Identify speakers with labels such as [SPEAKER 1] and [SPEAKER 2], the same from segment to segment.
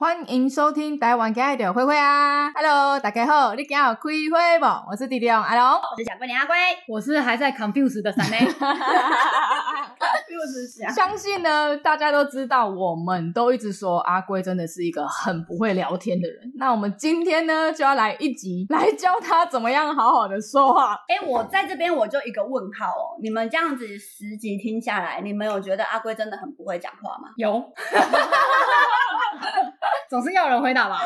[SPEAKER 1] 欢迎收听台湾家的灰灰啊！Hello，大家好，你今日有开会不？我是弟弟阿 龙，
[SPEAKER 2] 我是小龟林阿龟，
[SPEAKER 3] 我是还在 confuse 的 三妹。
[SPEAKER 2] 又是想
[SPEAKER 1] 相信呢，大家都知道，我们都一直说阿龟真的是一个很不会聊天的人。那我们今天呢，就要来一集来教他怎么样好好的说话。
[SPEAKER 2] 哎、我在这边我就一个问号哦，你们这样子十集听下来，你们有觉得阿龟真的很不会讲话吗？
[SPEAKER 3] 有，总是要有人回答吧？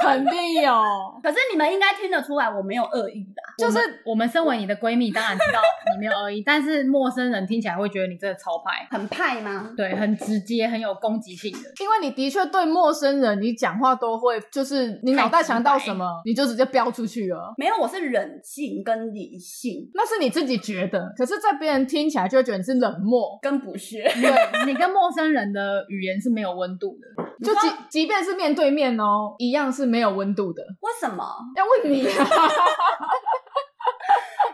[SPEAKER 1] 肯定有，
[SPEAKER 2] 可是你们应该听得出来，我没有恶意的啊。
[SPEAKER 1] 就是
[SPEAKER 3] 我们我们身为你的闺蜜，当然知道你没有恶意，但是陌生人听起来会觉得你真的超派，
[SPEAKER 2] 很派吗？
[SPEAKER 3] 对，很直接，很有攻击性的。
[SPEAKER 1] 因为你的确对陌生人，你讲话都会，就是你脑袋想到什么，你就直接飙出去了。
[SPEAKER 2] 没有，我是冷静跟理性，
[SPEAKER 1] 那是你自己觉得，可是在别人听起来就会觉得你是冷漠。
[SPEAKER 2] 跟不是。
[SPEAKER 3] 对，你跟陌生人的语言是没有温度的。
[SPEAKER 1] 就即即便是面对面哦，一样是没有温度的。
[SPEAKER 2] 为什么？
[SPEAKER 1] 要问 你、啊，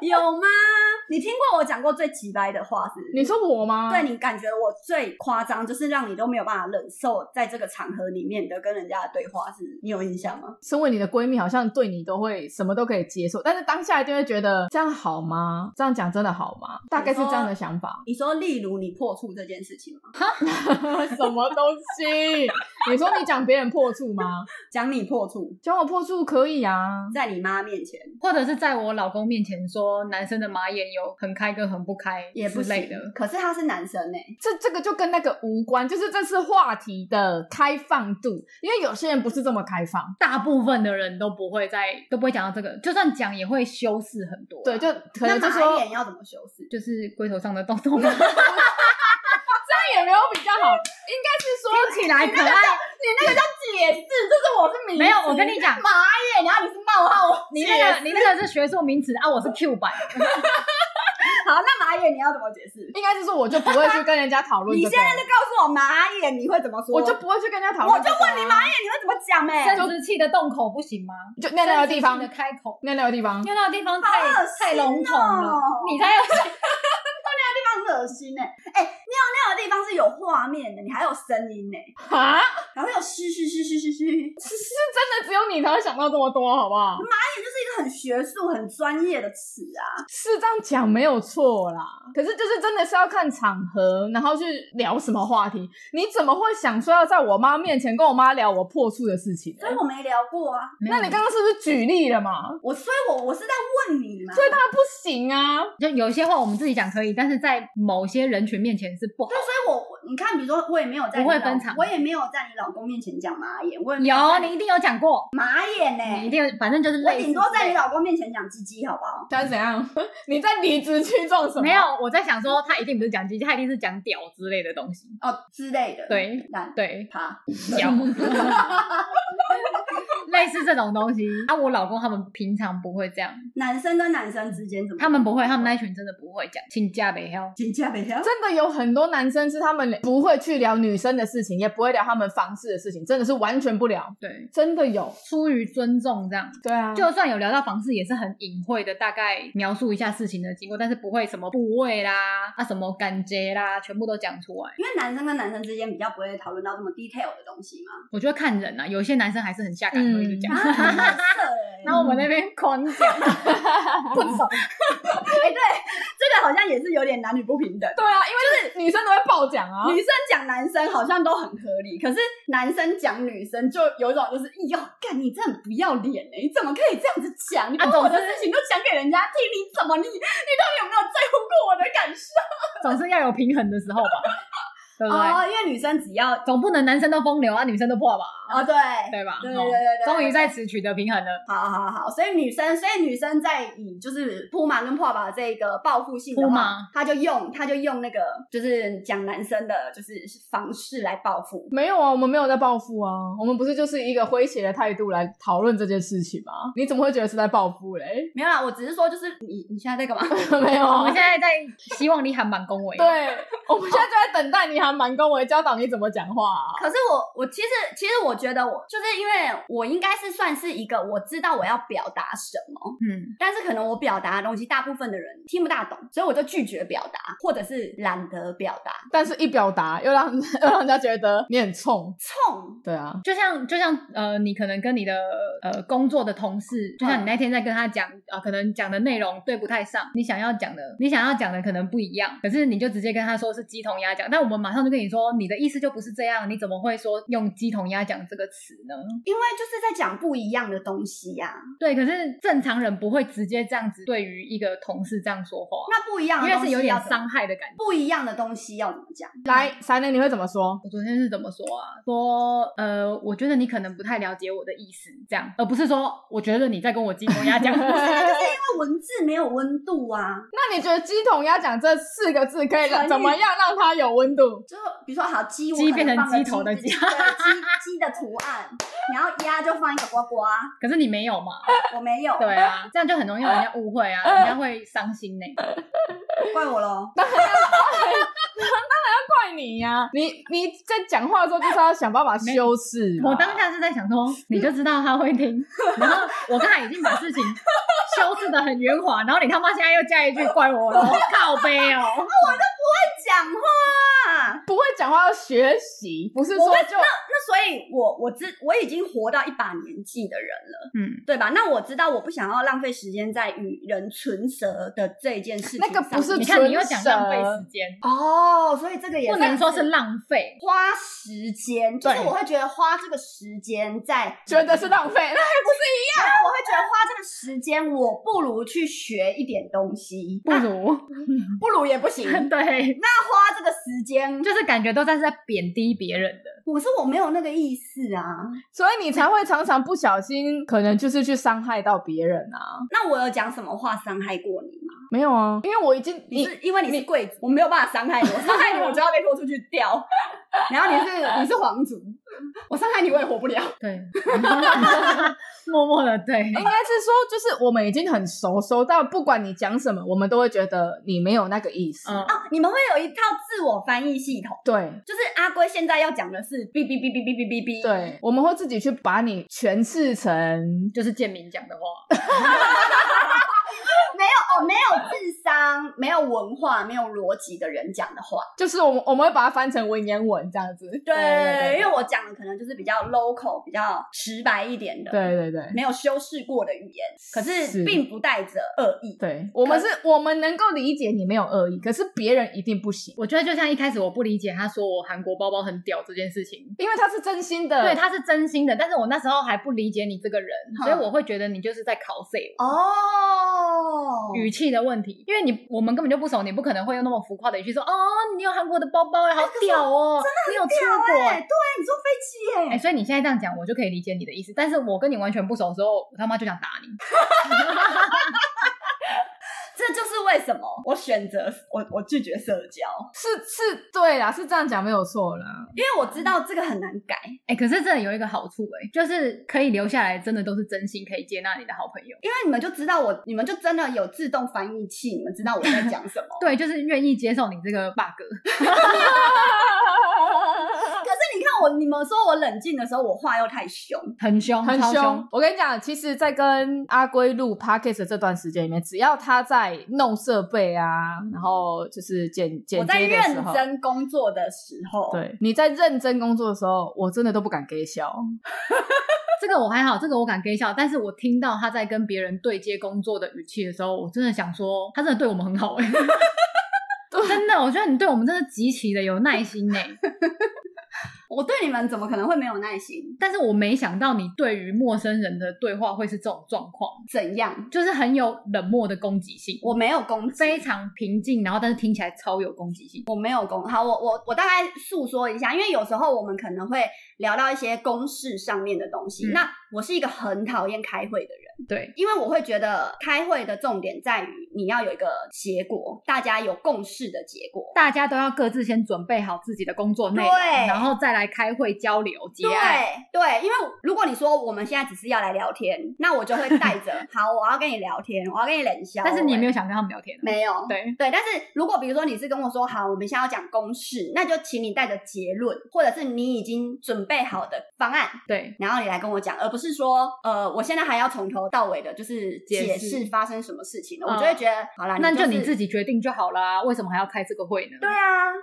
[SPEAKER 2] 有吗？你听过我讲过最奇掰的话是不是？
[SPEAKER 3] 嗯
[SPEAKER 1] 你说我吗？
[SPEAKER 2] 对你感觉我最夸张，就是让你都没有办法忍受在这个场合里面的跟人家的对话是，你有印象吗？。
[SPEAKER 1] 身为你的闺蜜，好像对你都会什么都可以接受，但是当下一定会觉得这样好吗？这样讲真的好吗？大概是这样的想法
[SPEAKER 2] 你说，例如你破处这件事情吗？
[SPEAKER 1] 什么东西？ 你说你讲别人破处吗？
[SPEAKER 2] 讲你破处，
[SPEAKER 1] 讲我破处可以啊，
[SPEAKER 2] 在你妈面前
[SPEAKER 3] 或者是在我老公面前说男生的马眼有很开跟很不开
[SPEAKER 2] 也不
[SPEAKER 3] 之类
[SPEAKER 2] 行
[SPEAKER 3] 的，
[SPEAKER 2] 可是他是男生欸呢、
[SPEAKER 1] 这这个就跟那个无关，就是这是话题的开放度，因为有些人不是这么开放。
[SPEAKER 3] 大部分的人都不会在都不会讲到这个，就算讲也会修饰很多啊、
[SPEAKER 1] 对，就可
[SPEAKER 2] 那
[SPEAKER 1] 能就
[SPEAKER 2] 马
[SPEAKER 1] 说
[SPEAKER 2] 眼要怎么修饰？
[SPEAKER 3] 就是龟头上的洞 洞。
[SPEAKER 1] 那也没有比较好，应该是说
[SPEAKER 3] 听起哎来可爱。
[SPEAKER 2] 你那个叫解释，就是我是名词
[SPEAKER 3] 没有我跟你讲
[SPEAKER 2] 马眼，然后你是冒号，
[SPEAKER 3] 你
[SPEAKER 2] 解
[SPEAKER 3] 那
[SPEAKER 2] 释
[SPEAKER 3] 个你那个是学术名词啊，我是 Q 版。
[SPEAKER 2] 好，那马眼你要怎么解释？
[SPEAKER 1] 应该是说我就不会去跟人家讨论、
[SPEAKER 2] 你
[SPEAKER 1] 这个。
[SPEAKER 2] 现在就告诉我马眼你会怎么说？
[SPEAKER 1] 我就不会去跟人家讨
[SPEAKER 2] 我
[SPEAKER 1] 论这
[SPEAKER 2] 就
[SPEAKER 1] 个啊、
[SPEAKER 2] 问你马眼你会怎么讲哎、
[SPEAKER 3] 生殖器的洞口不行吗？
[SPEAKER 1] 就尿尿的地方
[SPEAKER 3] 生殖器，的开口，
[SPEAKER 1] 尿尿的地方，
[SPEAKER 3] 尿尿的地方太
[SPEAKER 2] 好恶心哦
[SPEAKER 3] 太笼统了，你 才有
[SPEAKER 2] 地方很恶心哎、欸，哎、尿尿的地方是有画面的，你还有声音欸呢、
[SPEAKER 1] 啊，
[SPEAKER 2] 还会有嘘嘘嘘嘘嘘嘘，这
[SPEAKER 1] 是真的只有你才会想到这么多，好不好？
[SPEAKER 2] 是一个很学术、很专业的词啊。
[SPEAKER 1] 是这样讲没有错啦，可是就是真的是要看场合，然后去聊什么话题。你怎么会想说要在我妈面前跟我妈聊我破处的事情呢
[SPEAKER 2] 所以？我没聊过啊，
[SPEAKER 1] 那你刚刚是不是举例了嘛？
[SPEAKER 2] 我所以我我是在问你嘛。
[SPEAKER 1] 所以他不行啊，
[SPEAKER 3] 就有些话我们自己讲可以，但是在某些人群面前是 不好
[SPEAKER 2] 对，。所以我你看，比如说我也没有在你
[SPEAKER 3] 不会
[SPEAKER 2] 老
[SPEAKER 3] 分场
[SPEAKER 2] 我也没有在你老公面前讲马眼，我也没
[SPEAKER 3] 有，
[SPEAKER 2] 在
[SPEAKER 3] 你一定有讲过，
[SPEAKER 2] 马眼呢、
[SPEAKER 3] 你一定有，反正就是
[SPEAKER 2] 哎我
[SPEAKER 3] 类似
[SPEAKER 2] 顶多在你
[SPEAKER 3] 之类
[SPEAKER 2] 老公面前讲鸡鸡，好不好？
[SPEAKER 1] 他是怎样？ 你在理直气壮什么？
[SPEAKER 3] 的没有，我在想说他一定不是讲鸡鸡，他一定是讲屌之类的东西。
[SPEAKER 2] 哦之类的。
[SPEAKER 3] 对
[SPEAKER 2] 懒
[SPEAKER 3] 对，
[SPEAKER 2] 趴，
[SPEAKER 3] 屌，类似这种东西。啊，我老公他们平常不会这样，
[SPEAKER 2] 男生跟男生之间怎么？
[SPEAKER 3] 他们不会，他们那一群真的不会讲，请假没要。
[SPEAKER 2] 请假没有？
[SPEAKER 1] 真的有很多男生是他们不会去聊女生的事情，也不会聊他们房事的事情，真的是完全不聊。
[SPEAKER 3] 对，
[SPEAKER 1] 真的有，
[SPEAKER 3] 出于尊重这样。
[SPEAKER 1] 对啊，
[SPEAKER 3] 就算有聊到房事，也是很隐晦的，大概描述一下事情的经过，但是不会什么部位啦，啊什么感觉啦，全部都讲出来。
[SPEAKER 2] 因为男生跟男生之间比较不会讨论到这么 detail 的东西嘛。
[SPEAKER 3] 我觉得看人啊，有些男生还是很下感会就讲，
[SPEAKER 2] 啊，很 色欸
[SPEAKER 3] 然后我们那边狂讲，不 爽。
[SPEAKER 2] 哎、对，这个好像也是有点男女不平等。
[SPEAKER 1] 对啊，因为就是女生都会爆讲啊，
[SPEAKER 2] 女生讲男生好像都很合理，可是男生讲女生就有一种就是，哟，干你真的很不要脸哎、你怎么可以这样子讲？你把
[SPEAKER 3] 啊总
[SPEAKER 2] 我的
[SPEAKER 3] 之
[SPEAKER 2] 事情都讲给人家听，你怎么你你到底有没有在乎过我的感受？
[SPEAKER 3] 总是要有平衡的时候吧， 对不对？
[SPEAKER 2] 哦，因为女生只要
[SPEAKER 3] 总不能男生都风流啊，女生都破吧，
[SPEAKER 2] 哦，对，
[SPEAKER 3] 对吧？
[SPEAKER 2] 对对
[SPEAKER 3] 哦
[SPEAKER 2] 对对，
[SPEAKER 3] 终于在此取得平衡了。
[SPEAKER 2] 好好好，所以女生，所以女生在以就是铺满跟破把这个报复性的
[SPEAKER 3] 铺
[SPEAKER 2] 话
[SPEAKER 3] 麻，
[SPEAKER 2] 她就用她就用那个就是讲男生的就是方式来报复。
[SPEAKER 1] 没有啊，我们没有在报复啊，我们不是就是一个诙谐的态度来讨论这件事情吗？你怎么会觉得是在报复嘞？
[SPEAKER 2] 没有啦，我只是说就是你你现在在干嘛？
[SPEAKER 1] 没有
[SPEAKER 3] 我
[SPEAKER 1] 啊
[SPEAKER 3] 们，现在在希望你喊满恭维，
[SPEAKER 1] 对，我们现在就在等待你喊蛮恭维教导你怎么讲话、啊。
[SPEAKER 2] 可是我我其实其实我觉得我就是因为我应该是算是一个我知道我要表达什么，
[SPEAKER 3] 嗯，
[SPEAKER 2] 但是可能我表达的东西大部分的人听不大懂，所以我就拒绝表达，或者是懒得表达。
[SPEAKER 1] 但是一表达又让 又让人家觉得你很冲。
[SPEAKER 2] 冲，
[SPEAKER 1] 对啊，
[SPEAKER 3] 就像就像呃，你可能跟你的呃工作的同事，就像你那天在跟他讲啊、呃可能讲的内容对不太上，你想要讲的，你想要讲的可能不一样，可是你就直接跟他说是鸡同鸭讲，但我们马上就跟你说你的意思就不是这样，你怎么会说用鸡同鸭讲这个词呢？
[SPEAKER 2] 因为就是在讲不一样的东西呀、
[SPEAKER 3] 对，可是正常人不会直接这样子对于一个同事这样说话，
[SPEAKER 2] 那不一样的
[SPEAKER 3] 因
[SPEAKER 2] 东
[SPEAKER 3] 为
[SPEAKER 2] 西
[SPEAKER 3] 是有点
[SPEAKER 2] 要怎么
[SPEAKER 3] 伤害的感觉。
[SPEAKER 2] 不一样的东西要怎么 讲？
[SPEAKER 1] 来，三年你会怎么说？
[SPEAKER 3] 我昨天是怎么说啊？说呃，我觉得你可能不太了解我的意思，这样，而不是说我觉得你在跟我鸡同鸭讲。
[SPEAKER 2] 因为文字没有温度啊，
[SPEAKER 1] 那你觉得鸡同鸭讲这四个字可以让
[SPEAKER 2] 传递
[SPEAKER 1] 怎么样让它有温度？
[SPEAKER 2] 就比如说好鸡，我
[SPEAKER 3] 鸡
[SPEAKER 2] 可能
[SPEAKER 3] 变成
[SPEAKER 2] 放个
[SPEAKER 3] 鸡头的
[SPEAKER 2] 鸡，
[SPEAKER 3] 鸡
[SPEAKER 2] 对鸡鸡的图案，然后鸭就放一个呱呱，
[SPEAKER 3] 可是你没有嘛？
[SPEAKER 2] 我没有，
[SPEAKER 3] 对啊，这样就很容易让人家误会啊，人家会伤心呢、
[SPEAKER 2] 怪我喽。
[SPEAKER 1] 怪你呀、你你在讲话的时候就是要想办法修饰嘛。
[SPEAKER 3] 我当下是在想说，你就知道他会听，然后我刚才已经把事情修饰的很圆滑，然后你他妈现在又加一句怪我咯，靠背哦、
[SPEAKER 2] 讲话，
[SPEAKER 1] 不会讲话要学习，不是说
[SPEAKER 2] 我会
[SPEAKER 1] 就
[SPEAKER 2] 那所以我我知我已经活到一把年纪的人了，
[SPEAKER 3] 嗯，
[SPEAKER 2] 对吧？那我知道我不想要浪费时间在与人唇舌的这件事情上
[SPEAKER 1] 那
[SPEAKER 2] 面。
[SPEAKER 1] 个不是
[SPEAKER 3] 你看你又讲浪费时间，
[SPEAKER 2] 哦，所以这个也
[SPEAKER 3] 不能说是
[SPEAKER 2] 算
[SPEAKER 3] 浪费，
[SPEAKER 2] 花时间，就是
[SPEAKER 3] 对
[SPEAKER 2] 我会觉得花这个时间在
[SPEAKER 1] 觉得是浪费。那
[SPEAKER 2] 我会觉得花这个时间，我不如去学一点东西，
[SPEAKER 3] 不如
[SPEAKER 2] 不如也不行。那
[SPEAKER 3] 对，
[SPEAKER 2] 花这个时间，
[SPEAKER 3] 就是感觉都在是在贬低别人的。
[SPEAKER 2] 我是我没有那个意思啊。
[SPEAKER 1] 所以你才会常常不小心，可能就是去伤害到别人啊。
[SPEAKER 2] 那我有讲什么话伤害过你吗？
[SPEAKER 1] 没有啊，因为我已经
[SPEAKER 2] 你
[SPEAKER 1] 你
[SPEAKER 2] 是因为你是贵族，我没有办法伤害你，我伤害你我就要被拖出去 吊。然后你是你是皇族，我伤害你我也活不了。
[SPEAKER 3] 对， 默默的对，
[SPEAKER 1] 应该是说，就是我们已经很熟，熟到不管你讲什么，我们都会觉得你没有那个意思。
[SPEAKER 3] 嗯，
[SPEAKER 2] 啊，你们会有一套自我翻译系统，
[SPEAKER 1] 对
[SPEAKER 2] 就是阿龟现在要讲的是哔哔哔哔哔哔哔哔。
[SPEAKER 1] 对，我们会自己去把你诠释成
[SPEAKER 3] 就是建明讲的话，
[SPEAKER 2] 没有哦，没有智商、没有文化、没有逻辑的人讲的话。
[SPEAKER 1] 就是我们我们会把它翻成文言文这样子。
[SPEAKER 2] 对，
[SPEAKER 1] 对
[SPEAKER 2] 因为我讲的可能就是比较 local、比较直白一点的，，
[SPEAKER 1] 对对对
[SPEAKER 2] 没有修饰过的语言，可
[SPEAKER 1] 是
[SPEAKER 2] 是并不带着恶意。
[SPEAKER 1] 对，我们是我们能够理解你没有恶意，可是别人一定不行，
[SPEAKER 3] 我觉得就像一开始我不理解他说我韩国包包很屌这件事情。
[SPEAKER 1] 因为他是真心的。
[SPEAKER 3] 对，他是真心的，但是我那时候还不理解你这个人，
[SPEAKER 2] 嗯
[SPEAKER 3] 所以我会觉得你就是在 cos
[SPEAKER 2] 哦
[SPEAKER 3] 我语气的问题，因为你我们根本就不熟，你不可能会用那么浮夸的语气说哦，你有韩国的包包欸，好屌哦，你有出
[SPEAKER 2] 对
[SPEAKER 3] 国
[SPEAKER 2] 对，你坐飞机
[SPEAKER 3] 哎、
[SPEAKER 2] 耶，
[SPEAKER 3] 所以你现在这样讲，我就可以理解你的意思。但是我跟你完全不熟的时候，我他妈就想打你。
[SPEAKER 2] 这就是为什么我选择我我拒绝社交，
[SPEAKER 1] 是是，对啦，是这样讲没有错 啦。
[SPEAKER 2] 因为我知道这个很难改，
[SPEAKER 3] 哎、可是这有一个好处、哎，就是可以留下来，真的都是真心可以接纳你的好朋友。
[SPEAKER 2] 因为你们就知道我，你们就真的有自动翻译器，你们知道我在讲 什么。
[SPEAKER 3] 对，就是愿意接受你这个 bug。
[SPEAKER 2] 可是你看我，你们说我冷静的时候，我话又太凶，
[SPEAKER 3] 很凶，
[SPEAKER 1] 很
[SPEAKER 3] 超
[SPEAKER 1] 凶。我跟你讲，其实，在跟阿龟录 podcast 的这段时间里面，只要他在弄设备啊，然后就是剪
[SPEAKER 2] 我
[SPEAKER 1] 剪
[SPEAKER 2] 在
[SPEAKER 1] 接的时
[SPEAKER 2] 认
[SPEAKER 1] 候，
[SPEAKER 2] 真工作的时候，，
[SPEAKER 1] 对你在认真工作的时候，我真的都不敢给笑。
[SPEAKER 3] 这个我还好，这个我敢给笑，但是我听到他在跟别人对接工作的语气的时候，我真的想说，他真的对我们很 好哎、真的，我觉得你对我们真的极其的有耐心欸呢、
[SPEAKER 2] 我对你们怎么可能会没有耐心？
[SPEAKER 3] 但是我没想到你对于陌生人的对话会是这种状况，
[SPEAKER 2] 怎样？
[SPEAKER 3] 就是很有冷漠的攻击性，
[SPEAKER 2] 我没有攻击，
[SPEAKER 3] 非常平静，然后但是听起来超有攻击性。
[SPEAKER 2] 我没有攻。好，我我我大概诉说一下，因为有时候我们可能会聊到一些公事上面的东西。
[SPEAKER 3] 嗯
[SPEAKER 2] 那我是一个很讨厌开会的人，
[SPEAKER 3] 对，
[SPEAKER 2] 因为我会觉得开会的重点在于你要有一个结果，大家有共识的结果。
[SPEAKER 3] 大家都要各自先准备好自己的工作内容，
[SPEAKER 2] 对
[SPEAKER 3] 然后再来开会交流结
[SPEAKER 2] 对
[SPEAKER 3] 案。
[SPEAKER 2] 对，因为如果你你说我们现在只是要来聊天，那我就会带 着好，我要跟你聊天，我要跟你冷笑。
[SPEAKER 3] 但是你也没有想跟他们聊天啊、
[SPEAKER 2] 没有
[SPEAKER 3] 对，
[SPEAKER 2] 对，但是如果比如说你是跟我说好，我们现在要讲公式，那就请你带着结论，或者是你已经准备好的方案，
[SPEAKER 3] 对，
[SPEAKER 2] 然后你来跟我讲，而不是说呃，我现在还要从头到尾的，就是解
[SPEAKER 3] 解释
[SPEAKER 2] 释发生什么事情了，
[SPEAKER 3] 嗯
[SPEAKER 2] 我就会觉得好啦，
[SPEAKER 3] 那就
[SPEAKER 2] 就
[SPEAKER 3] 你自
[SPEAKER 2] 己。
[SPEAKER 3] 己决定就好啦，为什么还要开这个会呢？
[SPEAKER 2] 对啊，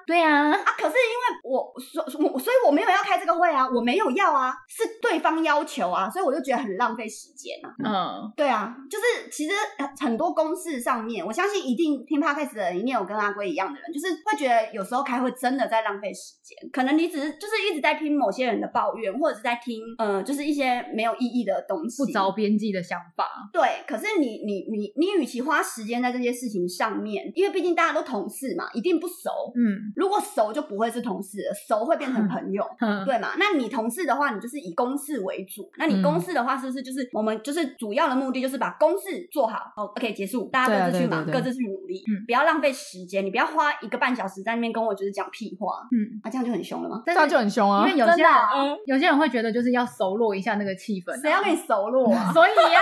[SPEAKER 3] 对啊，
[SPEAKER 2] 啊，可是因为我所我所以我没有要开这个会啊，我没有要啊，是对方要求啊，所以我就觉得很浪费时间啊。
[SPEAKER 3] 嗯，
[SPEAKER 2] 对啊，就是其实很很多公式上面，我相信一定听 podcast 的人一定有跟阿龟一样的人，就是会觉得有时候开会真的在浪费时间。可能你只是就是一直在听某些人的抱怨，或者是在听呃，就是一些没有意义的东西。
[SPEAKER 3] 不着边际的想法，
[SPEAKER 2] 对，可是你你你你，与其花时间在这些事情上面，因为毕竟大家都同事嘛，一定不熟。
[SPEAKER 3] 嗯
[SPEAKER 2] 如果熟就不会是同事了，熟会 变成朋友。
[SPEAKER 3] 嗯，
[SPEAKER 2] 对嘛？那你同事的话，你就是以公事为主。那
[SPEAKER 1] 嗯
[SPEAKER 2] 你公事的话，是不是就是我们就是主要的目的就是把公事做好？哦，OK，结束，大家各自去忙，
[SPEAKER 1] 对啊对对对
[SPEAKER 2] 各自去努力，
[SPEAKER 3] 嗯
[SPEAKER 2] 不要浪费时间。你不要花一个半小时在那边跟我就是讲屁话，
[SPEAKER 3] 嗯，
[SPEAKER 2] 啊，这样就很凶了吗？
[SPEAKER 1] 这样就很凶啊
[SPEAKER 3] 因为！有些
[SPEAKER 2] 真的
[SPEAKER 3] 人、
[SPEAKER 2] 啊
[SPEAKER 3] 有些人会觉得就是要熟络一下那个气氛、啊，
[SPEAKER 2] 谁要跟你熟络啊？
[SPEAKER 3] 所以呀、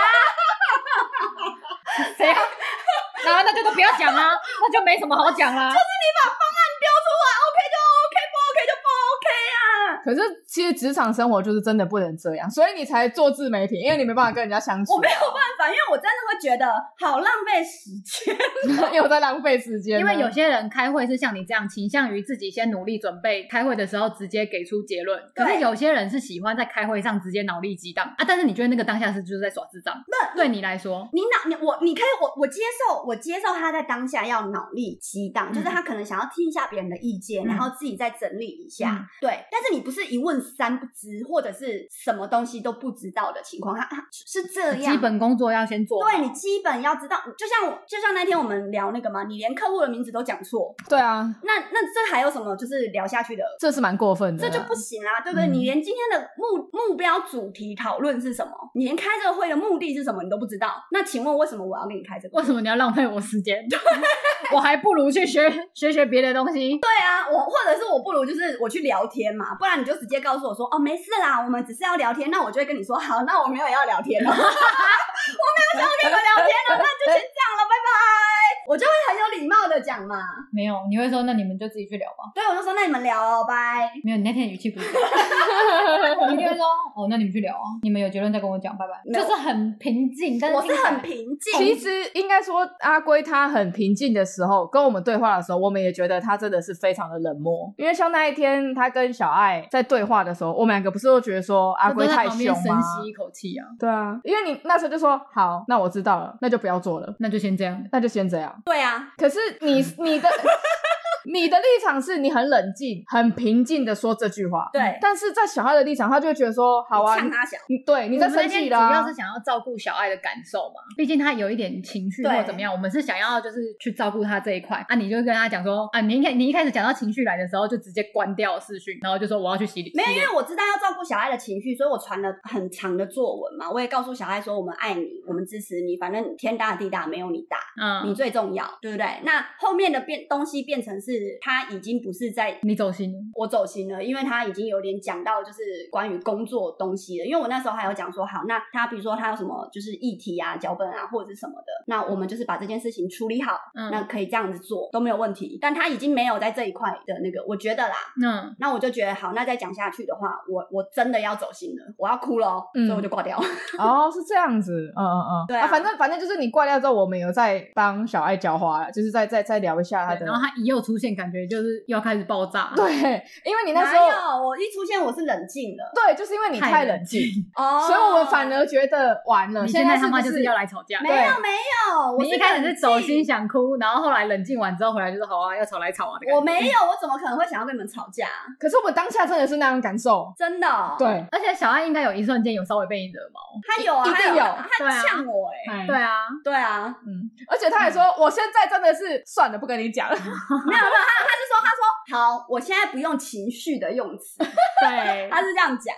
[SPEAKER 3] 谁要？那那就都不要讲啦、那就没什么好讲啦、
[SPEAKER 2] 标出来，OK 就 OK，不 OK 就不 OK 啊！
[SPEAKER 1] 可是其实职场生活就是真的不能这样，所以你才做自媒体，因为你没办法跟人家相处，
[SPEAKER 2] 我没有办法，因为我真的会觉得好浪费时间。
[SPEAKER 1] 又在浪费时间啊
[SPEAKER 3] 因
[SPEAKER 1] 呢。
[SPEAKER 3] 为有些人开会是像你这样，倾向于自己先努力准备，开会的时候直接给出结论。
[SPEAKER 2] 对
[SPEAKER 3] 可是有些人是喜欢在开会上直接脑力激荡啊，但是你觉得那个当下是就是在耍智障？那对你来说，
[SPEAKER 2] 你脑你我你可以我我接受我接受他在当下要脑力激荡，
[SPEAKER 3] 嗯
[SPEAKER 2] 就是他可能想要听一下别人的意见，
[SPEAKER 3] 嗯
[SPEAKER 2] 然后自己再整理一下，
[SPEAKER 3] 嗯
[SPEAKER 2] 对。但是你不是一问三不知，或者是什么东西都不知道的情况，他他是这样。
[SPEAKER 3] 基本工作要先做好。
[SPEAKER 2] 对你基本要知道，就像我就像那天我们聊那个嘛，你连客户的名字都讲错，
[SPEAKER 1] 对啊，
[SPEAKER 2] 那那这还有什么就是聊下去的？
[SPEAKER 1] 这是蛮过分的
[SPEAKER 2] 这
[SPEAKER 1] 啊，
[SPEAKER 2] 就不行啦，对不对？
[SPEAKER 3] 嗯
[SPEAKER 2] 你连今天的目目标主题讨论是什么，你连开这个会的目的是什么，你都不知道。那请问为什么我要跟你开这个会？
[SPEAKER 3] 为什么你要浪费我时间？ 我还不如去学学学别的东西。
[SPEAKER 2] 啊，我或者是我不如就是我去聊天嘛，不然你就直接告诉我说哦没事啦，我们只是要聊天，那我就会跟你说好，那我没有要聊天了， 我没有想要跟你们聊天 了，那就先这样了，拜拜。我就会很有礼貌的讲嘛，
[SPEAKER 3] 没有，你会说那你们就自己去聊吧。
[SPEAKER 2] 对，我就说那你们聊哦，拜。
[SPEAKER 3] 没有，你那天语气不是这 样。我一定会说哦，那你们去聊啊，你们有结论再跟我讲，拜拜。
[SPEAKER 2] 没有
[SPEAKER 3] 就是很平静，但是
[SPEAKER 2] 我是
[SPEAKER 3] 听起来
[SPEAKER 2] 很平
[SPEAKER 1] 其
[SPEAKER 2] 静，
[SPEAKER 1] 实应该说，阿龟他很平静的时候，跟我们对话的时候，我们也觉得他真的是非常的冷漠。因为像那一天他跟小爱在对话的时候，我们两个不是都觉得说阿
[SPEAKER 3] 我
[SPEAKER 1] 龟
[SPEAKER 3] 都在
[SPEAKER 1] 太
[SPEAKER 3] 旁
[SPEAKER 1] 凶
[SPEAKER 3] 边深
[SPEAKER 1] 吗？
[SPEAKER 3] 吸一口气啊，
[SPEAKER 1] 对啊，因为你那时候就说好，那我知道了，那就不要做了，
[SPEAKER 3] 那就先这样。
[SPEAKER 1] 那就先这样。
[SPEAKER 2] 对啊，
[SPEAKER 1] 可是你
[SPEAKER 3] 嗯
[SPEAKER 1] 你的你的立场是你很冷静、很平静的说这句话，
[SPEAKER 2] 对
[SPEAKER 1] 但是在小爱的立场，他就会觉得说嗯好啊，
[SPEAKER 2] 呛
[SPEAKER 1] 你
[SPEAKER 2] 他小，
[SPEAKER 1] 你对你
[SPEAKER 3] 我
[SPEAKER 1] 在
[SPEAKER 3] 们那
[SPEAKER 1] 生
[SPEAKER 3] 天
[SPEAKER 1] 气
[SPEAKER 3] 主
[SPEAKER 1] 啦、
[SPEAKER 3] 要是想要照顾小爱的感受嘛，毕竟她有一点情绪
[SPEAKER 2] 对
[SPEAKER 3] 或怎么样，我们是想要就是去照顾她这一块啊。你就跟她讲说啊，你一开你一开始讲到情绪来的时候，就直接关掉视讯，然后就说我要去洗脸。
[SPEAKER 2] 没有，
[SPEAKER 3] 洗
[SPEAKER 2] 因
[SPEAKER 3] 脸
[SPEAKER 2] 为我知道要照顾小爱的情绪，所以我传了很长的作文嘛，我也告诉小爱说我们爱你，我们支持你，反正天大地大没有你大。你
[SPEAKER 3] 嗯，
[SPEAKER 2] 最重要，对不对？那后面的变东西变成是他已经不是在
[SPEAKER 3] 你走心，
[SPEAKER 2] 我走心了，因为他已经有点讲到就是关于工作东西了。因为我那时候还有讲说，好，那他比如说他有什么就是议题啊、脚本啊或者是什么的，那我们就是把这件事情处理好，
[SPEAKER 3] 嗯
[SPEAKER 2] 那可以这样子做都没有问题。但他已经没有在这一块的那个，我觉得啦。
[SPEAKER 3] 嗯，
[SPEAKER 2] 那我就觉得好，那再讲下去的话，我我真的要走心了，我要哭了哦，
[SPEAKER 1] 嗯
[SPEAKER 2] 所以我就挂掉。
[SPEAKER 1] 哦，是这样子，嗯嗯嗯，
[SPEAKER 2] 对啊
[SPEAKER 1] 反正反正就是你挂掉之后，我们有在帮小爱浇花啦，就是再再再聊一下她的
[SPEAKER 3] 对，然后她一又出现，感觉就是又要开始爆炸。
[SPEAKER 1] 对，因为你那时候
[SPEAKER 2] 哪有？我一出现我是冷静了
[SPEAKER 1] 对，就是因为你太冷静，
[SPEAKER 2] 哦
[SPEAKER 1] 所以我们反而觉得完了，
[SPEAKER 3] 你现在
[SPEAKER 1] 是
[SPEAKER 3] 他
[SPEAKER 1] 不
[SPEAKER 3] 妈
[SPEAKER 1] 是
[SPEAKER 3] 就是要来吵架。
[SPEAKER 2] 没
[SPEAKER 1] 对
[SPEAKER 2] 有没有，我
[SPEAKER 3] 你一
[SPEAKER 2] 是
[SPEAKER 3] 开始
[SPEAKER 2] 冷
[SPEAKER 3] 是走
[SPEAKER 2] 静
[SPEAKER 3] 心想哭，然后后来冷静完之后回来就是好啊，要吵来吵啊的感觉。
[SPEAKER 2] 我没有，我怎么可能会想要跟你们吵架？啊
[SPEAKER 1] 可是我们当下真的是那种感受，
[SPEAKER 2] 真的、哦，，
[SPEAKER 1] 对，
[SPEAKER 3] 而且小爱应该有一瞬间有稍微被你惹毛。
[SPEAKER 2] 他有啊，
[SPEAKER 1] 一
[SPEAKER 2] 他
[SPEAKER 1] 定
[SPEAKER 2] 有
[SPEAKER 1] 有
[SPEAKER 2] 啊，他呛我哎、欸，
[SPEAKER 3] 对啊，
[SPEAKER 2] 对啊，
[SPEAKER 1] 嗯，而且他还说，我现在真的是算了，不跟你讲了，
[SPEAKER 3] 嗯
[SPEAKER 2] 没有没有，他他是说他说好，我现在不用情绪的用词，
[SPEAKER 3] 对，
[SPEAKER 2] 他是这样讲，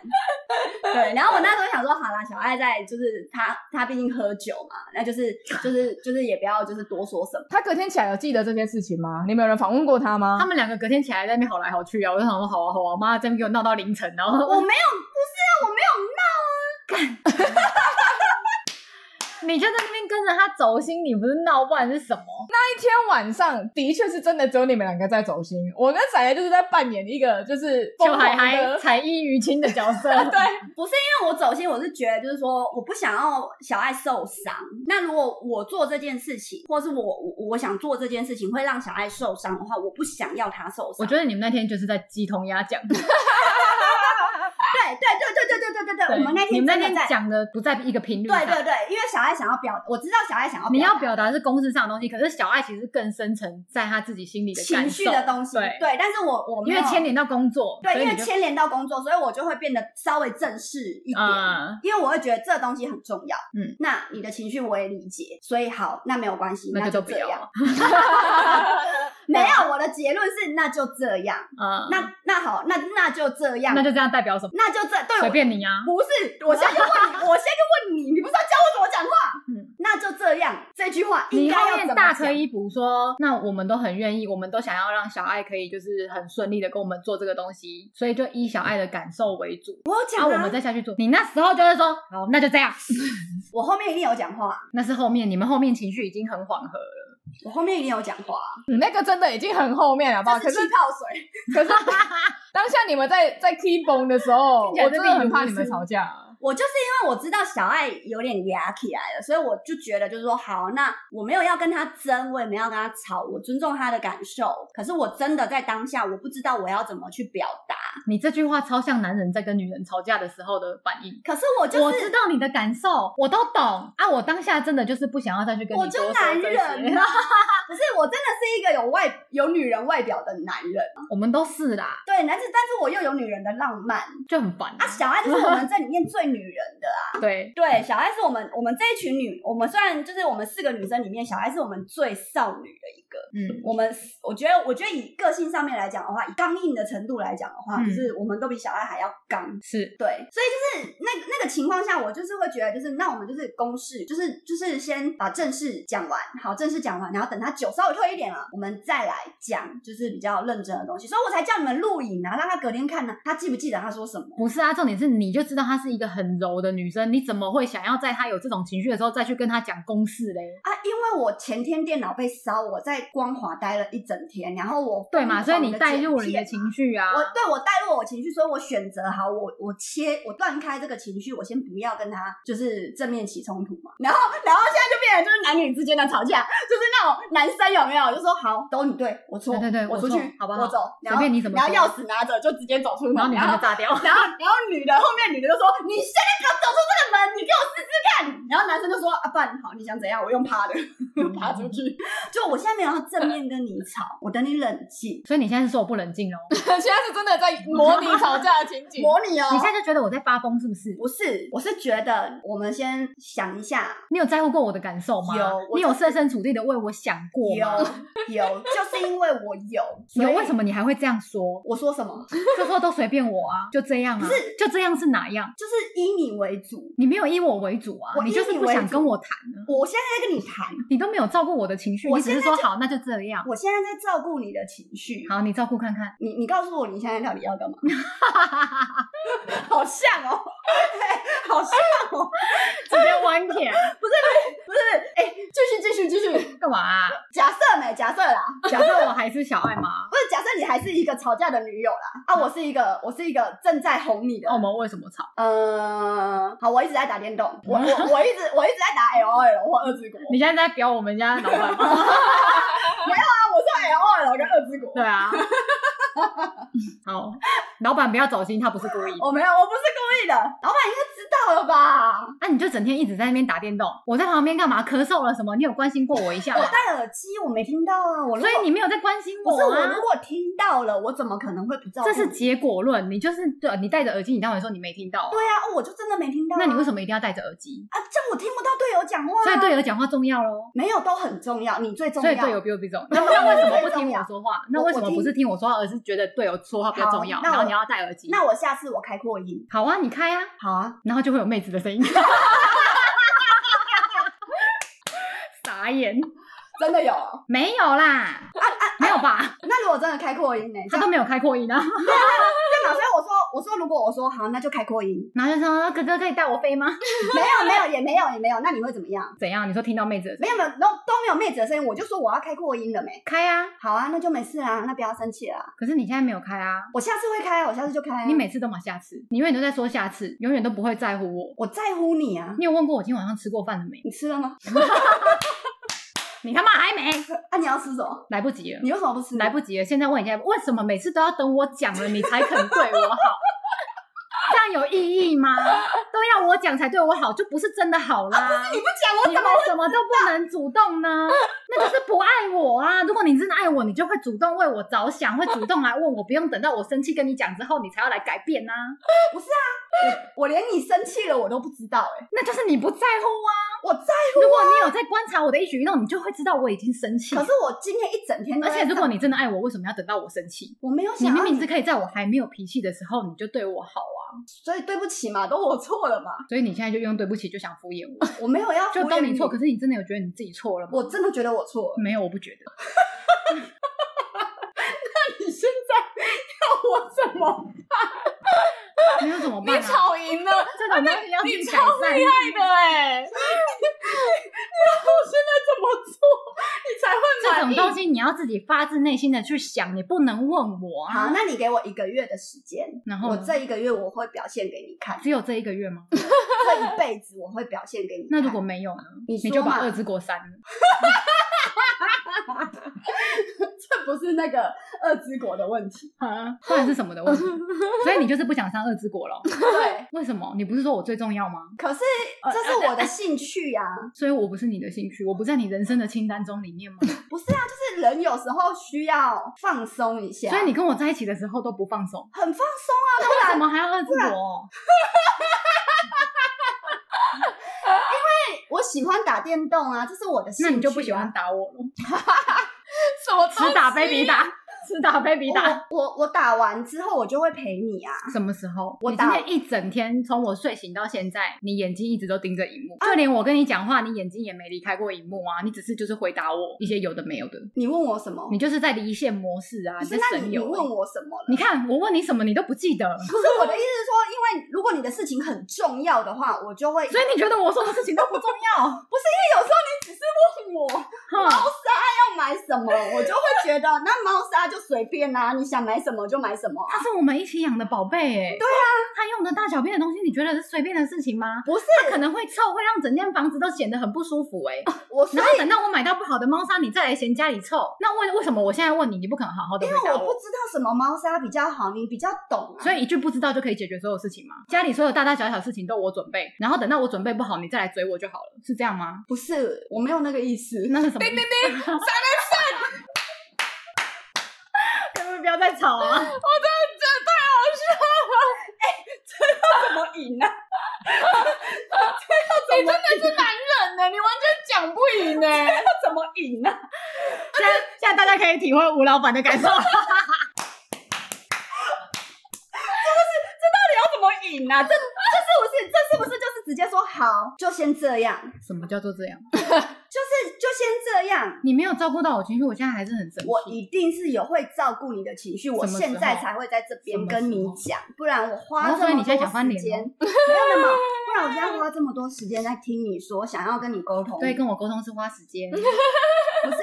[SPEAKER 2] 对，然后我那时候想说，好啦，小爱在就是他他毕竟喝酒嘛，那就是就是就是也不要就是多说什么。
[SPEAKER 1] 他隔天起来有记得这件事情吗？你们有人访问过他吗
[SPEAKER 3] 他？们两个隔天起来在那边好来
[SPEAKER 2] 哦
[SPEAKER 3] 好去啊，我就想说好啊好啊，妈在那边给我闹到凌晨，然后
[SPEAKER 2] 我没有，不是啊，我没有闹啊，
[SPEAKER 3] 你就在那边跟着他走心，你不是闹不然是什么？
[SPEAKER 1] 那天晚上的确是真的只有你们两个在走心，我跟仔仔就是在扮演一个就是疯
[SPEAKER 3] 就还
[SPEAKER 1] 狂
[SPEAKER 3] 还
[SPEAKER 1] 的，
[SPEAKER 3] 才艺于亲的角色，
[SPEAKER 1] 对，
[SPEAKER 2] 不是因为我走心，我是觉得就是说，我不想要小爱受伤。那如果我做这件事情，或是我我我想做这件事情会让小爱受伤的话，我不想要她受伤。
[SPEAKER 3] 我觉得你们那天就是在鸡同 鸭讲，
[SPEAKER 2] 对对对对对对对对，
[SPEAKER 3] 对
[SPEAKER 2] 我们那
[SPEAKER 3] 你
[SPEAKER 2] 天
[SPEAKER 3] 们那
[SPEAKER 2] 真的
[SPEAKER 3] 天
[SPEAKER 2] 在。
[SPEAKER 3] 讲的不在一个频率上。
[SPEAKER 2] 对对对，因为小爱想要表，我知道小爱想要
[SPEAKER 3] 你要
[SPEAKER 2] 达
[SPEAKER 3] 表达的是公式上的东西，可是小爱其实更深层在他自己心里的感
[SPEAKER 2] 情绪的
[SPEAKER 3] 受
[SPEAKER 2] 东西，
[SPEAKER 3] 对，
[SPEAKER 2] 对。但是我我没
[SPEAKER 3] 因
[SPEAKER 2] 有
[SPEAKER 3] 为牵连到工作，所
[SPEAKER 2] 对，
[SPEAKER 3] 以
[SPEAKER 2] 因
[SPEAKER 3] 你
[SPEAKER 2] 为
[SPEAKER 3] 就
[SPEAKER 2] 牵连到工作，所以我就会变得稍微正式一点。
[SPEAKER 3] 啊
[SPEAKER 2] 因为我会觉得这东西很重要，
[SPEAKER 3] 嗯，
[SPEAKER 2] 那你的情绪我也理解，所以好，那没有关系，
[SPEAKER 3] 那
[SPEAKER 2] 就
[SPEAKER 3] 就不
[SPEAKER 2] 这
[SPEAKER 3] 要
[SPEAKER 2] 样
[SPEAKER 3] 了。
[SPEAKER 2] 没有，我的结论是那就这样，
[SPEAKER 3] 啊，
[SPEAKER 2] 那那好，那那就这样，
[SPEAKER 3] 那就这样代表什么？
[SPEAKER 2] 那就这对
[SPEAKER 3] 随
[SPEAKER 2] 我。
[SPEAKER 3] 便你啊，
[SPEAKER 2] 不 是，我现在就问你，我现在就问你，你不是要教我怎么讲话？
[SPEAKER 3] 嗯
[SPEAKER 2] 那就这样，这句话应
[SPEAKER 3] 你
[SPEAKER 2] 该
[SPEAKER 3] 后
[SPEAKER 2] 要怎
[SPEAKER 3] 面
[SPEAKER 2] 么
[SPEAKER 3] 大
[SPEAKER 2] 讲？
[SPEAKER 3] 可以补说，那我们都很愿意，我们都想要让小爱可以就是很顺利的跟我们做这个东西，所以就以小爱的感受为主，
[SPEAKER 2] 我有
[SPEAKER 3] 然
[SPEAKER 2] 讲
[SPEAKER 3] 后
[SPEAKER 2] 啊，
[SPEAKER 3] 我们再下去做。你那时候就会说，好，那就这样。
[SPEAKER 2] 我后面一定有讲话，
[SPEAKER 3] 那是后面你们后面情绪已经很缓和了，
[SPEAKER 2] 我后面一定有讲话，
[SPEAKER 1] 你嗯那个真的已经很后面了，好不好？可
[SPEAKER 2] 这
[SPEAKER 1] 是
[SPEAKER 2] 气泡水。
[SPEAKER 1] 可是当下你们在在 keep on 的时候，
[SPEAKER 3] 听起来
[SPEAKER 1] 我
[SPEAKER 3] 真
[SPEAKER 1] 真
[SPEAKER 3] 的
[SPEAKER 1] 的很怕
[SPEAKER 3] 有
[SPEAKER 1] 你们
[SPEAKER 3] 事
[SPEAKER 1] 吵架。
[SPEAKER 2] 我就是因为我知道小爱有点牙起来了，所以我就觉得就是说，好，那我没有要跟她争，我也没有要跟她吵，我尊重她的感受。可是我真的在当下，我不知道我要怎么去表达。
[SPEAKER 3] 你这句话超像男人在跟女人吵架的时候的反应。
[SPEAKER 2] 可是我就
[SPEAKER 3] 我
[SPEAKER 2] 是
[SPEAKER 3] 知道你的感受，我都懂啊！我当下真的就是不想要再去跟你
[SPEAKER 2] 我
[SPEAKER 3] 多
[SPEAKER 2] 就
[SPEAKER 3] 说
[SPEAKER 2] 男
[SPEAKER 3] 这
[SPEAKER 2] 人
[SPEAKER 3] 些
[SPEAKER 2] 啊，，不是我真的是一个有外有女人外表的男人，
[SPEAKER 3] 我们都是啦，
[SPEAKER 2] 对，但是但是我又有女人的浪漫
[SPEAKER 3] 就很烦
[SPEAKER 2] 啊，小爱就是我们这里面最女人的啊，
[SPEAKER 3] 对，
[SPEAKER 2] 对，小爱是我们我们这一群女，我们虽然就是我们四个女生里面，小爱是我们最少女的一个。
[SPEAKER 3] 嗯，
[SPEAKER 2] 我们我觉得，我觉得以个性上面来讲的话，以刚硬的程度来讲的话，
[SPEAKER 3] 嗯
[SPEAKER 2] 就是我们都比小爱还要刚。
[SPEAKER 3] 是
[SPEAKER 2] 对，所以就是那个那个情况下，我就是会觉得，就是那我们就是公式，就是就是先把正事讲完，好，正事讲完，然后等他酒稍微退一点啊了，我们再来讲，就是比较认真的东西。所以我才叫你们录影啊，让他隔天看呢、他记不记得他说什么？
[SPEAKER 3] 不是啊？重点是你就知道她是一个很柔的女生，你怎么会想要在她有这种情绪的时候再去跟她讲公式嘞？
[SPEAKER 2] 啊，因为我前天电脑被烧，我在光华待了一整天，然后我
[SPEAKER 3] 对嘛？所以你
[SPEAKER 2] 疯
[SPEAKER 3] 带
[SPEAKER 2] 狂地
[SPEAKER 3] 入了你
[SPEAKER 2] 剪片
[SPEAKER 3] 的情绪啊，
[SPEAKER 2] 我对我带入我情绪，所以我选择好，我我切，我断开这个情绪，我先不要跟他就是正面起冲突嘛。然后，然后现在就变成就是男女之间的吵架，就是那种男生有没有就说好，都你对我错，
[SPEAKER 3] 对对对
[SPEAKER 2] 我
[SPEAKER 3] 我
[SPEAKER 2] 出
[SPEAKER 3] 错
[SPEAKER 2] 去，
[SPEAKER 3] 好不好
[SPEAKER 2] 我走，然
[SPEAKER 3] 随
[SPEAKER 2] 后
[SPEAKER 3] 便你怎么
[SPEAKER 2] 然后
[SPEAKER 3] 说
[SPEAKER 2] 钥匙拿着就直接走出门，
[SPEAKER 3] 然后你
[SPEAKER 2] 然
[SPEAKER 3] 就
[SPEAKER 2] 后
[SPEAKER 3] 炸掉，
[SPEAKER 2] 然后，然后女的后面女的就说：“你现在给我走出这个门，你给我试试看。”然后男生就说：“啊，不然好，你想怎样？我用趴 的爬出去。”就我现在没有要正面跟你吵，我等你冷静，
[SPEAKER 3] 所以你现在是说我不冷静哦，
[SPEAKER 1] 现在是真的在模拟吵架的情 景。
[SPEAKER 2] 模拟哦。
[SPEAKER 3] 你现在就觉得我在发疯是不是？
[SPEAKER 2] 不是，我是觉得我们先想一下，
[SPEAKER 3] 你有在乎过我的感受吗？
[SPEAKER 2] 有我
[SPEAKER 3] 你有
[SPEAKER 2] 就是
[SPEAKER 3] 设身处地的为我想过
[SPEAKER 2] 有
[SPEAKER 3] 吗？
[SPEAKER 2] 有，就是因为我有，所
[SPEAKER 3] 有，
[SPEAKER 2] 以
[SPEAKER 3] 为什么你还会这样说？
[SPEAKER 2] 我说什么，
[SPEAKER 3] 就说都随便我啊，就这样啊，
[SPEAKER 2] 是
[SPEAKER 3] 就这样是哪样？
[SPEAKER 2] 就是以你为主。
[SPEAKER 3] 你没有以我为主啊，
[SPEAKER 2] 我以
[SPEAKER 3] 你
[SPEAKER 2] 你
[SPEAKER 3] 就是不想跟我谈啊，
[SPEAKER 2] 我现在在跟你谈，
[SPEAKER 3] 你都没有照顾我的情绪，
[SPEAKER 2] 我
[SPEAKER 3] 你只是
[SPEAKER 2] 现在
[SPEAKER 3] 说好，那就这样。
[SPEAKER 2] 我现在在照顾你的情绪。
[SPEAKER 3] 好，你照顾看 看。
[SPEAKER 2] 你你告诉我你现在到底要干 嘛？好像哦，好像哦，
[SPEAKER 3] 直接弯舔，
[SPEAKER 2] 不是，哎、继续继续继续，
[SPEAKER 3] 干嘛啊？
[SPEAKER 2] 假设没假设啦，
[SPEAKER 3] 假设我还是小爱吗？
[SPEAKER 2] 不是假设你还是一个吵架的女友啦，啊，我是一个我是一个正在哄你的
[SPEAKER 3] 哦那我们为什么吵？
[SPEAKER 2] 呃，好，我一直在打电动， 我我我一直我一直在打 L O L 或二之国，
[SPEAKER 3] 你现在在表我们家老板 吗？
[SPEAKER 2] 啊，我是 L O L 跟二之国，
[SPEAKER 3] 对啊。 好，老板不要走心，他不是故意的。
[SPEAKER 2] 哦我没有，我不是故意的，老板应该知道了吧？
[SPEAKER 3] 那、啊你就整天一直在那边打电动，我在旁边干嘛？咳嗽了什么？你有关心过我一 下吗
[SPEAKER 2] 我？戴耳机，我没听到啊，我如果
[SPEAKER 3] 所以你没有在关心
[SPEAKER 2] 不是我
[SPEAKER 3] 啊
[SPEAKER 2] 如？果听到了，我怎么可能会不照顾
[SPEAKER 3] 这
[SPEAKER 2] 你？
[SPEAKER 3] 是结果论，你就是对，你戴着耳机，你当然说你没听到啊、
[SPEAKER 2] 对啊，哦我就真的没听到啊、
[SPEAKER 3] 那你为什
[SPEAKER 2] 么
[SPEAKER 3] 么一定要戴着耳机？
[SPEAKER 2] 啊？这样我听不到队友讲话、啊，
[SPEAKER 3] 所以队友讲话重要喽。
[SPEAKER 2] 没有都很重要，你最重要。
[SPEAKER 3] 所以队友比我比重要，那那为什么不听我说话？那
[SPEAKER 2] 我
[SPEAKER 3] 为什么不是听我说话，而是觉得队友说话比较重要？
[SPEAKER 2] 好那
[SPEAKER 3] 然
[SPEAKER 2] 我
[SPEAKER 3] 后你要戴耳机。
[SPEAKER 2] 那我下次我开扩音，
[SPEAKER 3] 好啊，你开啊，
[SPEAKER 2] 好啊，
[SPEAKER 3] 然后就会有妹子的声音。 傻眼，
[SPEAKER 2] 真的有哦、
[SPEAKER 3] 没有啦，没有吧？
[SPEAKER 2] 啊那如果真的开扩音呢？这
[SPEAKER 3] 他都
[SPEAKER 2] 样
[SPEAKER 3] 没有开扩音啊。
[SPEAKER 2] 对嘛？所以我说我说如果我说好，那就开扩音，
[SPEAKER 3] 然后就说哥哥可以带我飞吗？
[SPEAKER 2] 没有没有也没有也没有，那你会怎么样？
[SPEAKER 3] 怎样？你说听到妹子的声音
[SPEAKER 2] 没有没有，都都没有妹子的声音，我就说我要开扩音了没？
[SPEAKER 3] 开啊？
[SPEAKER 2] 好啊，那就没事啊，那不要生气啦、
[SPEAKER 3] 可是你现在没有开啊，
[SPEAKER 2] 我下次会开啊，我下次就开、啊。
[SPEAKER 3] 你每次都嘛下次，你永远都在说下次，永远都不会在乎我。
[SPEAKER 2] 我在乎你啊，
[SPEAKER 3] 你有问过我今天晚上吃过饭了没？
[SPEAKER 2] 你吃了吗？
[SPEAKER 3] 你他妈还没，
[SPEAKER 2] 啊，你要吃什么？
[SPEAKER 3] 来不及了，
[SPEAKER 2] 你为什么不吃？
[SPEAKER 3] 来不及了。现在问一下，为什么每次都要等我讲了你才肯对我好？这样有意义吗？都要我讲才对我好，就不啊是真的好啦。
[SPEAKER 2] 你不讲我
[SPEAKER 3] 你为什么都不能主动呢？那就是不爱我啊！如果你真的爱我，你就会主动为我着想，会主动来问我，不用等到我生气跟你讲之后，你才要来改变啊！
[SPEAKER 2] 我连你生气了我都不知道哎、
[SPEAKER 3] 那就是你不在乎啊！
[SPEAKER 2] 我在
[SPEAKER 3] 如果你有在观察我的一举一动，你就会知道我已经生 气
[SPEAKER 2] 乎。可
[SPEAKER 3] 了。
[SPEAKER 2] 是我今天一整天都
[SPEAKER 3] 而
[SPEAKER 2] 在
[SPEAKER 3] 且如果
[SPEAKER 2] 上
[SPEAKER 3] 你真的爱我，为什么要等到我生气？
[SPEAKER 2] 我没有
[SPEAKER 3] 你
[SPEAKER 2] 想
[SPEAKER 3] 明
[SPEAKER 2] 要
[SPEAKER 3] 明是可以在我还没有脾气的时候，你就对我好啊！
[SPEAKER 2] 所以对不起嘛，都我错了嘛，
[SPEAKER 3] 所以你现在就用对不起就想敷衍我，
[SPEAKER 2] 我没有要
[SPEAKER 3] 就
[SPEAKER 2] 敷
[SPEAKER 3] 都
[SPEAKER 2] 衍
[SPEAKER 3] 你错。可是你真的有觉得你自己错了吗？
[SPEAKER 2] 我真的觉得我 错了。
[SPEAKER 3] 没有，我不觉得。
[SPEAKER 2] 你现在要我怎么？
[SPEAKER 3] 没有怎么办
[SPEAKER 1] 你
[SPEAKER 3] 啊？
[SPEAKER 1] 吵赢了，
[SPEAKER 3] 这种东西要自
[SPEAKER 1] 你
[SPEAKER 3] 己改
[SPEAKER 1] 超
[SPEAKER 3] 善
[SPEAKER 1] 厉。害的哎、
[SPEAKER 2] 我现在怎么做你才会
[SPEAKER 3] 这种东西你要自己发自内心的去想，你不能问我
[SPEAKER 2] 好？
[SPEAKER 3] 啊。
[SPEAKER 2] 那你给我一个月的时间，
[SPEAKER 3] 然后
[SPEAKER 2] 我
[SPEAKER 3] 呢
[SPEAKER 2] 这一个月我会表现给你看，
[SPEAKER 3] 只有这一个月吗？
[SPEAKER 2] 这一辈子我会表现给你看。
[SPEAKER 3] 那如果没有呢？
[SPEAKER 2] 你
[SPEAKER 3] 你
[SPEAKER 2] 说
[SPEAKER 3] 就把
[SPEAKER 2] 嘛
[SPEAKER 3] 二之国删了。
[SPEAKER 2] 这不是那个二之国的问 题，
[SPEAKER 3] 啊，不然是什么的问题？所以你就是不想上二之国了？
[SPEAKER 2] 对。
[SPEAKER 3] 为什么？你不是说我最重要吗？
[SPEAKER 2] 可是
[SPEAKER 3] 呃
[SPEAKER 2] 这是我的兴趣呀、
[SPEAKER 3] 所以我不是你的兴趣，我不在你人生的清单中里面吗？
[SPEAKER 2] 不是啊，就是人有时候需要放松一下，
[SPEAKER 3] 所以你跟我在一起的时候都不放松，
[SPEAKER 2] 很放松啊。
[SPEAKER 3] 那为什么还要二之国？
[SPEAKER 2] 我喜欢打电动啊，这是我的兴趣、啊。
[SPEAKER 3] 那你就不喜欢打我了？
[SPEAKER 1] 什 么
[SPEAKER 3] 只打非比打，只打非比打。
[SPEAKER 2] 我我我打完之后，我就会陪你啊。
[SPEAKER 3] 什么时候？
[SPEAKER 2] 我
[SPEAKER 3] 你今
[SPEAKER 2] 打
[SPEAKER 3] 天一整天从我睡醒到现在，你眼睛一直都盯着荧幕，
[SPEAKER 2] 啊
[SPEAKER 3] 就连我跟你讲话，你眼睛也没离开过荧幕啊，你只是就是回答我一些有的没有的，
[SPEAKER 2] 你问我什么？
[SPEAKER 3] 你就是在离线模式啊，
[SPEAKER 2] 不是
[SPEAKER 3] 在
[SPEAKER 2] 那
[SPEAKER 3] 神
[SPEAKER 2] 你你
[SPEAKER 3] 游
[SPEAKER 2] 问
[SPEAKER 3] 欸。
[SPEAKER 2] 我什么了？
[SPEAKER 3] 你看我问你什么，你都不记得，
[SPEAKER 2] 不是我的意思是说，因为如果你的事情很重要的话，我就会。
[SPEAKER 3] 所以你觉得我说的事情都不重要？
[SPEAKER 2] 有时候你只是问 我
[SPEAKER 3] 哼，
[SPEAKER 2] 要买什么，我就会觉得那猫砂就随便啦、你想买什么就买什么啊、
[SPEAKER 3] 它是我们一起养的宝贝哎。对啊，它用的大小便的东西，你觉得是随便的事情吗？
[SPEAKER 2] 不是
[SPEAKER 3] 它可能会臭，会让整间房子都显得很不舒服哎、
[SPEAKER 2] 我，所
[SPEAKER 3] 然后
[SPEAKER 2] 以
[SPEAKER 3] 等到我买到不好的猫砂，你再来嫌家里臭，那为为什么我现在问你，你不肯好好的
[SPEAKER 2] 因
[SPEAKER 3] 回
[SPEAKER 2] 为
[SPEAKER 3] 答
[SPEAKER 2] 我不知道什么猫砂比较好，你比较懂啊。
[SPEAKER 3] 所以一句不知道就可以解决所有事情吗？家里所有大大小小事情都我准备，然后等到我准备不好，你再来追我就好了，是这样吗？
[SPEAKER 2] 不是，我没有那个意思。
[SPEAKER 3] 那是什么意思？叮叮叮， 闪闪！可不不要再吵啊！
[SPEAKER 2] 哎怎么赢啊呢、
[SPEAKER 1] 你真的是男人呢、你完全讲不赢呢、
[SPEAKER 2] 啊要怎么赢啊呢、
[SPEAKER 3] 现在现在大家可以体会吴老板的感受。
[SPEAKER 2] 要怎么赢呢、这这是不是这是不是就是直接说好就先这样，
[SPEAKER 3] 什么叫做这样？
[SPEAKER 2] 就是就先这样，
[SPEAKER 3] 你没有照顾到我情绪，我现在还是很生气。
[SPEAKER 2] 我一定是有会照顾你的情绪，我
[SPEAKER 3] 什么
[SPEAKER 2] 现
[SPEAKER 3] 时
[SPEAKER 2] 在
[SPEAKER 3] 候
[SPEAKER 2] 才会在这边
[SPEAKER 3] 什么
[SPEAKER 2] 跟
[SPEAKER 3] 时
[SPEAKER 2] 你
[SPEAKER 3] 候
[SPEAKER 2] 讲，不然我花
[SPEAKER 3] 哦
[SPEAKER 2] 这
[SPEAKER 3] 所以
[SPEAKER 2] 么
[SPEAKER 3] 你现在
[SPEAKER 2] 多
[SPEAKER 3] 讲翻
[SPEAKER 2] 时
[SPEAKER 3] 脸
[SPEAKER 2] 间，
[SPEAKER 3] 了
[SPEAKER 2] 没有没有，不然我现在花这么多时间在听你说，想要跟你沟通，
[SPEAKER 3] 对，跟我沟通是花时间。
[SPEAKER 2] 不是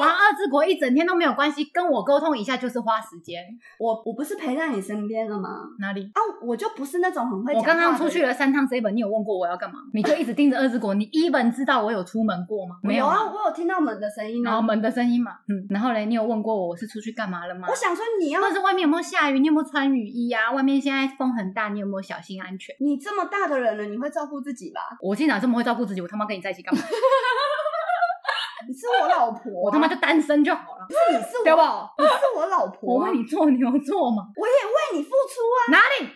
[SPEAKER 3] 玩二之国一整天都没有关系，跟我沟通一下就是花时间。
[SPEAKER 2] 我我不是陪在你身边了吗？
[SPEAKER 3] 哪里？
[SPEAKER 2] 啊，我就不是那种很会
[SPEAKER 3] 我
[SPEAKER 2] 讲话
[SPEAKER 3] 刚
[SPEAKER 2] 的
[SPEAKER 3] 刚出去
[SPEAKER 2] 人，
[SPEAKER 3] 了三趟 seven，你有问过我要干嘛？你就一直盯着二之国，你 even 知道我有出门过吗？没
[SPEAKER 2] 有
[SPEAKER 3] 吗
[SPEAKER 2] 啊，我有听到门的声音
[SPEAKER 3] 然后
[SPEAKER 2] 啊，
[SPEAKER 3] 门的声音嘛，嗯，然后嘞，你有问过我我是出去干嘛了吗
[SPEAKER 2] 我？想说你要
[SPEAKER 3] 或者是外面有没有下雨？你有没有穿雨衣啊？外面现在风很大，你有没有小心安全？啊
[SPEAKER 2] 你这么大的人了，你会照顾自己吧？
[SPEAKER 3] 我竟然这么会照顾自己，我他妈跟你在一起干嘛？
[SPEAKER 2] 你是我老婆啊、
[SPEAKER 3] 我他妈就单身就好了，
[SPEAKER 2] 是你是
[SPEAKER 3] 对
[SPEAKER 2] 我，
[SPEAKER 3] 吧？
[SPEAKER 2] 你是 我老
[SPEAKER 3] 我
[SPEAKER 2] 婆啊、
[SPEAKER 3] 为你做牛做马，
[SPEAKER 2] 我也为你付出啊，
[SPEAKER 3] 哪里？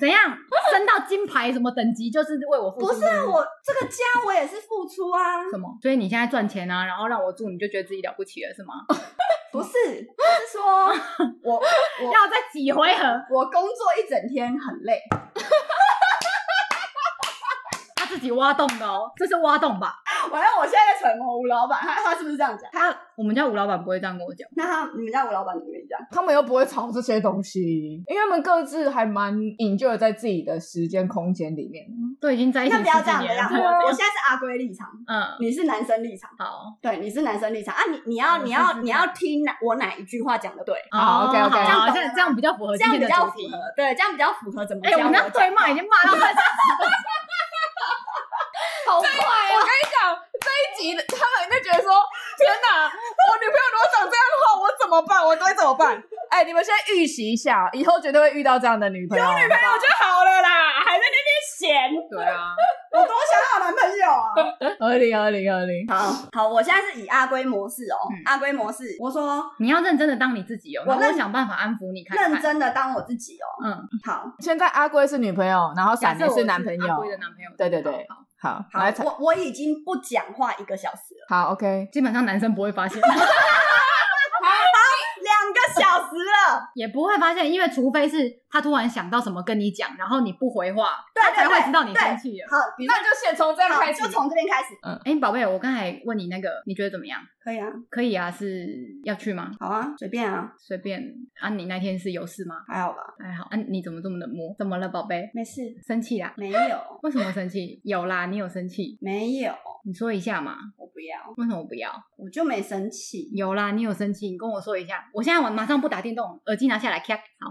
[SPEAKER 3] 怎样升到金牌什么等级就是为我付出？
[SPEAKER 2] 不是啊，我这个家我也是付出啊，
[SPEAKER 3] 什么？所以你现在赚钱啊，然后让我住，你就觉得自己了不起了是吗？
[SPEAKER 2] 不是，我是说我我
[SPEAKER 3] 要再几回合？
[SPEAKER 2] 我工作一整天很累，
[SPEAKER 3] 他自己挖洞的哦，这是挖洞吧？
[SPEAKER 2] 我要我现在在揣摩吴老板，他他是不是这样讲？
[SPEAKER 3] 他我们家吴老板不会这样跟我讲，
[SPEAKER 2] 那他你们家吴老板怎么跟你讲？
[SPEAKER 1] 他们又不会吵这些东西，因为他们各自还蛮 enjoy 在自己的时间空间里面。
[SPEAKER 3] 都已经在一起
[SPEAKER 2] 那
[SPEAKER 3] 十
[SPEAKER 2] 不要这
[SPEAKER 3] 几
[SPEAKER 2] 样，不要这样。
[SPEAKER 3] 年了，啊怎么
[SPEAKER 2] 我
[SPEAKER 3] 这
[SPEAKER 2] 现在是阿龟立场，
[SPEAKER 3] 样嗯，
[SPEAKER 2] 你是男生立场，
[SPEAKER 3] 好，
[SPEAKER 2] 对，你是男生立场啊。你你要
[SPEAKER 3] 嗯
[SPEAKER 2] 你
[SPEAKER 3] 是
[SPEAKER 2] 要
[SPEAKER 3] 是
[SPEAKER 2] 你要听哪我哪一句话讲的对，
[SPEAKER 1] 好
[SPEAKER 3] 哦
[SPEAKER 1] OK，OK
[SPEAKER 3] 好
[SPEAKER 1] 这
[SPEAKER 2] 样
[SPEAKER 3] 好
[SPEAKER 2] 懂
[SPEAKER 3] 这
[SPEAKER 2] 了
[SPEAKER 3] 样这样比较符合
[SPEAKER 2] 这
[SPEAKER 3] 今
[SPEAKER 2] 样
[SPEAKER 3] 天
[SPEAKER 2] 比
[SPEAKER 3] 的
[SPEAKER 2] 较
[SPEAKER 3] 主
[SPEAKER 2] 符
[SPEAKER 3] 题。
[SPEAKER 2] 合，对，这样比较符合怎么
[SPEAKER 3] 哎，
[SPEAKER 2] 教
[SPEAKER 3] 我
[SPEAKER 2] 我
[SPEAKER 3] 们那对骂已经骂 到快
[SPEAKER 1] 好快啊！
[SPEAKER 2] 哎
[SPEAKER 1] 我跟你讲，这一集的他们就觉得说，天哪，我女朋友如果长这样的话，我怎么办？我该怎么办？哎、你们先预习一下，以后绝对会遇到这样的女朋友。有女朋友
[SPEAKER 2] 就好了啦，还在那边闲，
[SPEAKER 3] 对啊，
[SPEAKER 2] 我多想要有男朋友啊！
[SPEAKER 1] 二零二零二零，
[SPEAKER 2] 好好，我现在是以阿龟模式哦，
[SPEAKER 3] 嗯
[SPEAKER 2] 阿龟模式，我说
[SPEAKER 3] 你要认真的当你自己哦，
[SPEAKER 2] 我
[SPEAKER 3] 然后我
[SPEAKER 2] 认
[SPEAKER 3] 想办法安抚你看看。
[SPEAKER 2] 认真的当我自己哦。
[SPEAKER 3] 嗯，
[SPEAKER 2] 好，
[SPEAKER 1] 现在阿龟是女朋友，然后
[SPEAKER 3] 假
[SPEAKER 1] 闪
[SPEAKER 3] 设
[SPEAKER 1] 雷
[SPEAKER 3] 我
[SPEAKER 1] 男朋
[SPEAKER 3] 阿
[SPEAKER 1] 友
[SPEAKER 3] 龟。的男朋友，
[SPEAKER 1] 对对对
[SPEAKER 3] 好好
[SPEAKER 1] 好，
[SPEAKER 2] 好
[SPEAKER 1] 来，彩
[SPEAKER 2] 我我已经不讲话一个小时了，
[SPEAKER 1] 好，OK。
[SPEAKER 3] 基本上男生不会发现，
[SPEAKER 2] 两个小时了，
[SPEAKER 3] 也不会发现，因为除非是他突然想到什么跟你讲，然后你不回话，
[SPEAKER 2] 对
[SPEAKER 3] 他才
[SPEAKER 2] 对
[SPEAKER 3] 会
[SPEAKER 2] 对
[SPEAKER 3] 知道你
[SPEAKER 2] 对
[SPEAKER 3] 生气了。
[SPEAKER 2] 好，比如
[SPEAKER 1] 那就先从这样
[SPEAKER 2] 好，
[SPEAKER 1] 开始，
[SPEAKER 2] 就从这边开始，
[SPEAKER 3] 哎，宝贝，我刚才问你那个，你觉得怎么样？
[SPEAKER 2] 可以啊，
[SPEAKER 3] 可以啊，是要去吗？
[SPEAKER 2] 好啊，随便啊，
[SPEAKER 3] 随便啊，你那天是有事吗？
[SPEAKER 2] 还好吧，
[SPEAKER 3] 还好啊，你怎么这么冷漠？怎么了，宝贝？
[SPEAKER 2] 没事，
[SPEAKER 3] 生气啦？
[SPEAKER 2] 没有，
[SPEAKER 3] 为什么生气？ 有啦，你有生气，
[SPEAKER 2] 没有，
[SPEAKER 3] 你说一下嘛。
[SPEAKER 2] 我不要，
[SPEAKER 3] 为什么不要？
[SPEAKER 2] 我就没生气，
[SPEAKER 3] 有啦，你有生气，你跟我说一下。我现在我马上不打电动，耳机拿下来，咔。好，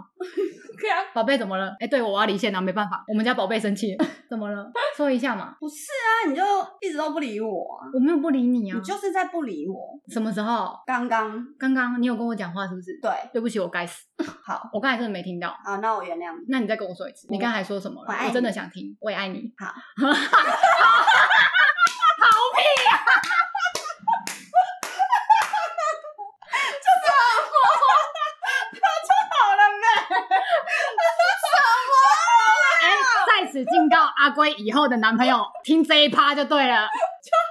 [SPEAKER 2] 对啊，
[SPEAKER 3] 宝贝怎么了？哎、对我要离线了，没办法，我们家宝贝生气了， 怎么了？说一下嘛。
[SPEAKER 2] 不是啊，你就一直都不理我啊，
[SPEAKER 3] 我没有不理你啊。
[SPEAKER 2] 你就是在不理我，
[SPEAKER 3] 什么时候？
[SPEAKER 2] 刚刚
[SPEAKER 3] 刚刚你有跟我讲话是不是？
[SPEAKER 2] 对，
[SPEAKER 3] 对不起，我该死，
[SPEAKER 2] 好，
[SPEAKER 3] 我刚才真的没听到。
[SPEAKER 2] 好，那我原谅你，
[SPEAKER 3] 那你再跟我说一次，你刚才说什么
[SPEAKER 2] 我
[SPEAKER 3] 了？
[SPEAKER 2] 爱
[SPEAKER 3] 我
[SPEAKER 2] 你
[SPEAKER 3] 真的想听，我也爱你。 哎
[SPEAKER 2] 好，
[SPEAKER 3] 哎，在此警告阿龟以后的男朋友听这一趴就对了。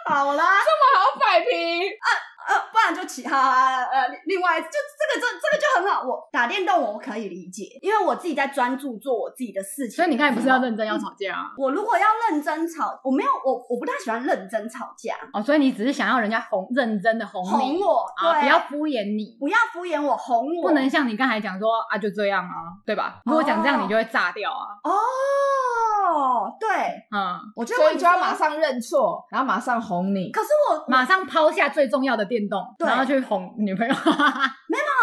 [SPEAKER 2] 好
[SPEAKER 1] 这么
[SPEAKER 2] 啦。
[SPEAKER 1] 好摆平，
[SPEAKER 2] 呃，不然就其他呃，另另外就这个这这个就很好。我打电动我可以理解，因为我自己在专注做我自己的事情。
[SPEAKER 3] 所以你刚才不是要认真要吵架啊？
[SPEAKER 2] 我如果要认真吵，我没有我我不大喜欢认真吵架，
[SPEAKER 3] 哦，所以你只是想要人家哄，认真的哄
[SPEAKER 2] 哄
[SPEAKER 3] 你
[SPEAKER 2] 我，
[SPEAKER 3] 啊，
[SPEAKER 2] 对，
[SPEAKER 3] 不要敷衍你。
[SPEAKER 2] 不要敷衍我，哄我，
[SPEAKER 3] 不能像你刚才讲说啊，就这样啊，对吧？如果讲这样，你就会炸掉啊。
[SPEAKER 2] 哦，对，
[SPEAKER 3] 嗯，
[SPEAKER 2] 我觉得
[SPEAKER 1] 所
[SPEAKER 2] 我
[SPEAKER 1] 以就要
[SPEAKER 2] 说
[SPEAKER 1] 马。上认错，然后马上哄你。
[SPEAKER 2] 可是我
[SPEAKER 3] 马上抛下最重要的电动，
[SPEAKER 2] 对
[SPEAKER 3] 然后去哄女朋友。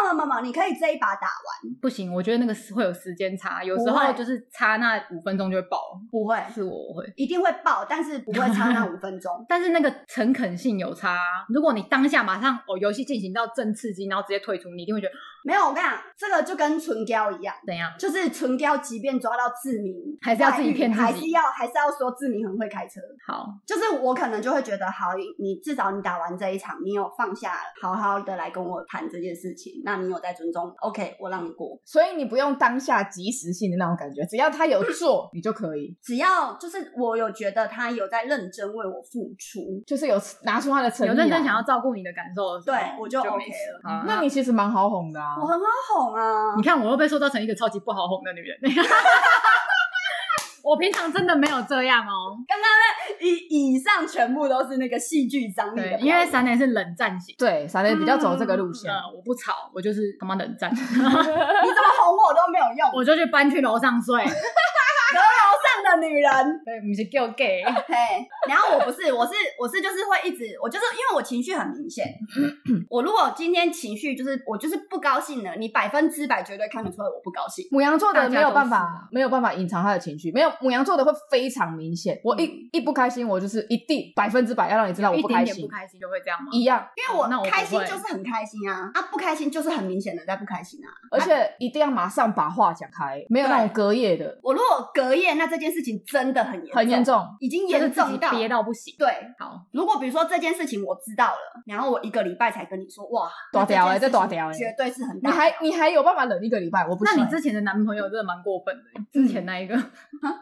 [SPEAKER 2] 妈妈妈妈，你可以这一把打完，
[SPEAKER 3] 不行，我觉得那个是会有时间差，有时
[SPEAKER 2] 不
[SPEAKER 3] 候
[SPEAKER 2] 会
[SPEAKER 3] 就是差那五分钟就会爆。
[SPEAKER 2] 不会，
[SPEAKER 3] 是我我会，。
[SPEAKER 2] 一定会爆，但是不会差那五分钟
[SPEAKER 3] 但是那个诚恳性有差啊、如果你当下马上哦，游戏进行到正刺激，然后直接退出，你一定会觉得
[SPEAKER 2] 没有，我跟你讲，这个就跟唇胶一样。
[SPEAKER 3] 怎样？
[SPEAKER 2] 就是唇雕，即便抓到志明，
[SPEAKER 3] 还是要自己骗自己
[SPEAKER 2] 还是要还是要说志明很会开车。
[SPEAKER 3] 好，
[SPEAKER 2] 就是我可能就会觉得，好，你至少你打完这一场，你有放下，好好的来跟我谈这件事情，那你有在尊重我，OK，我让你过。
[SPEAKER 1] 所以你不用当下即时性的那种感觉，只要他有做，你就可以，
[SPEAKER 2] 只要就是我有觉得他有在认真为我付出，
[SPEAKER 1] 就是有拿出他的诚意、
[SPEAKER 3] 有
[SPEAKER 1] 啊。
[SPEAKER 3] 认真想要照顾你的感受的时候，
[SPEAKER 2] 对我就 OK
[SPEAKER 3] 没事
[SPEAKER 2] 了。
[SPEAKER 3] 好啊，
[SPEAKER 1] 那你其实蛮好哄的啊。
[SPEAKER 2] 我很好哄啊
[SPEAKER 3] 你。看我又被塑造成一个超级不好哄的女人。 我平常真的没有这样哦，
[SPEAKER 2] 以以上全部都是那个戏剧张力的
[SPEAKER 3] 对，
[SPEAKER 2] 表
[SPEAKER 3] 因
[SPEAKER 2] 演，
[SPEAKER 3] 为
[SPEAKER 2] 嗯
[SPEAKER 3] 闪磊是冷战型，
[SPEAKER 1] 对，闪雷比较走这个路线。
[SPEAKER 3] 呃，我不吵，我就是他妈冷战，
[SPEAKER 2] 你怎么哄我都没有用。
[SPEAKER 3] 我就去搬去楼上睡。
[SPEAKER 2] 楼上的女人。
[SPEAKER 3] 对，不是叫 gay，
[SPEAKER 2] 嘿，然后我不是，我是我是就是会一直，我就是因为我情绪很明显，我如果今天情绪就是我就是不高兴了，你百分之百绝对看得出来我不高兴。
[SPEAKER 1] 母羊座的没有办
[SPEAKER 3] 大家都是
[SPEAKER 1] 法，没有办法隐藏他的情绪，没有母羊座的会非常明显。我一、一不开心，我就是一定百分之百要让你知道我
[SPEAKER 3] 一
[SPEAKER 1] 不
[SPEAKER 3] 点
[SPEAKER 1] 开
[SPEAKER 3] 点
[SPEAKER 1] 心
[SPEAKER 3] 不，开心就会这样吗？
[SPEAKER 1] 一样，
[SPEAKER 2] 因为我
[SPEAKER 3] 哦那我不
[SPEAKER 2] 开心
[SPEAKER 3] 会
[SPEAKER 2] 就是很开心啊，啊不开心就是很明显的在不开心啊。
[SPEAKER 1] 而且一定要马上把话讲开，没有那种隔夜的，
[SPEAKER 2] 我如果隔夜，那这件事情真的很严重，
[SPEAKER 1] 很严，重。
[SPEAKER 2] 已经
[SPEAKER 3] 就是
[SPEAKER 2] 严
[SPEAKER 3] 自己
[SPEAKER 2] 重到
[SPEAKER 3] 憋到不行。
[SPEAKER 2] 对。
[SPEAKER 3] 好，
[SPEAKER 2] 如果比如说这件事情我知道了，然后我一个礼拜才跟你说，哇，
[SPEAKER 1] 大条欸
[SPEAKER 2] 哎，
[SPEAKER 1] 这大条欸
[SPEAKER 2] 绝对是很
[SPEAKER 1] 你
[SPEAKER 2] 大条。
[SPEAKER 1] 还你还有办法忍一个礼拜？我不
[SPEAKER 3] 那
[SPEAKER 1] 行
[SPEAKER 3] 你。之前的男朋友真的蛮过分的，之前那一个，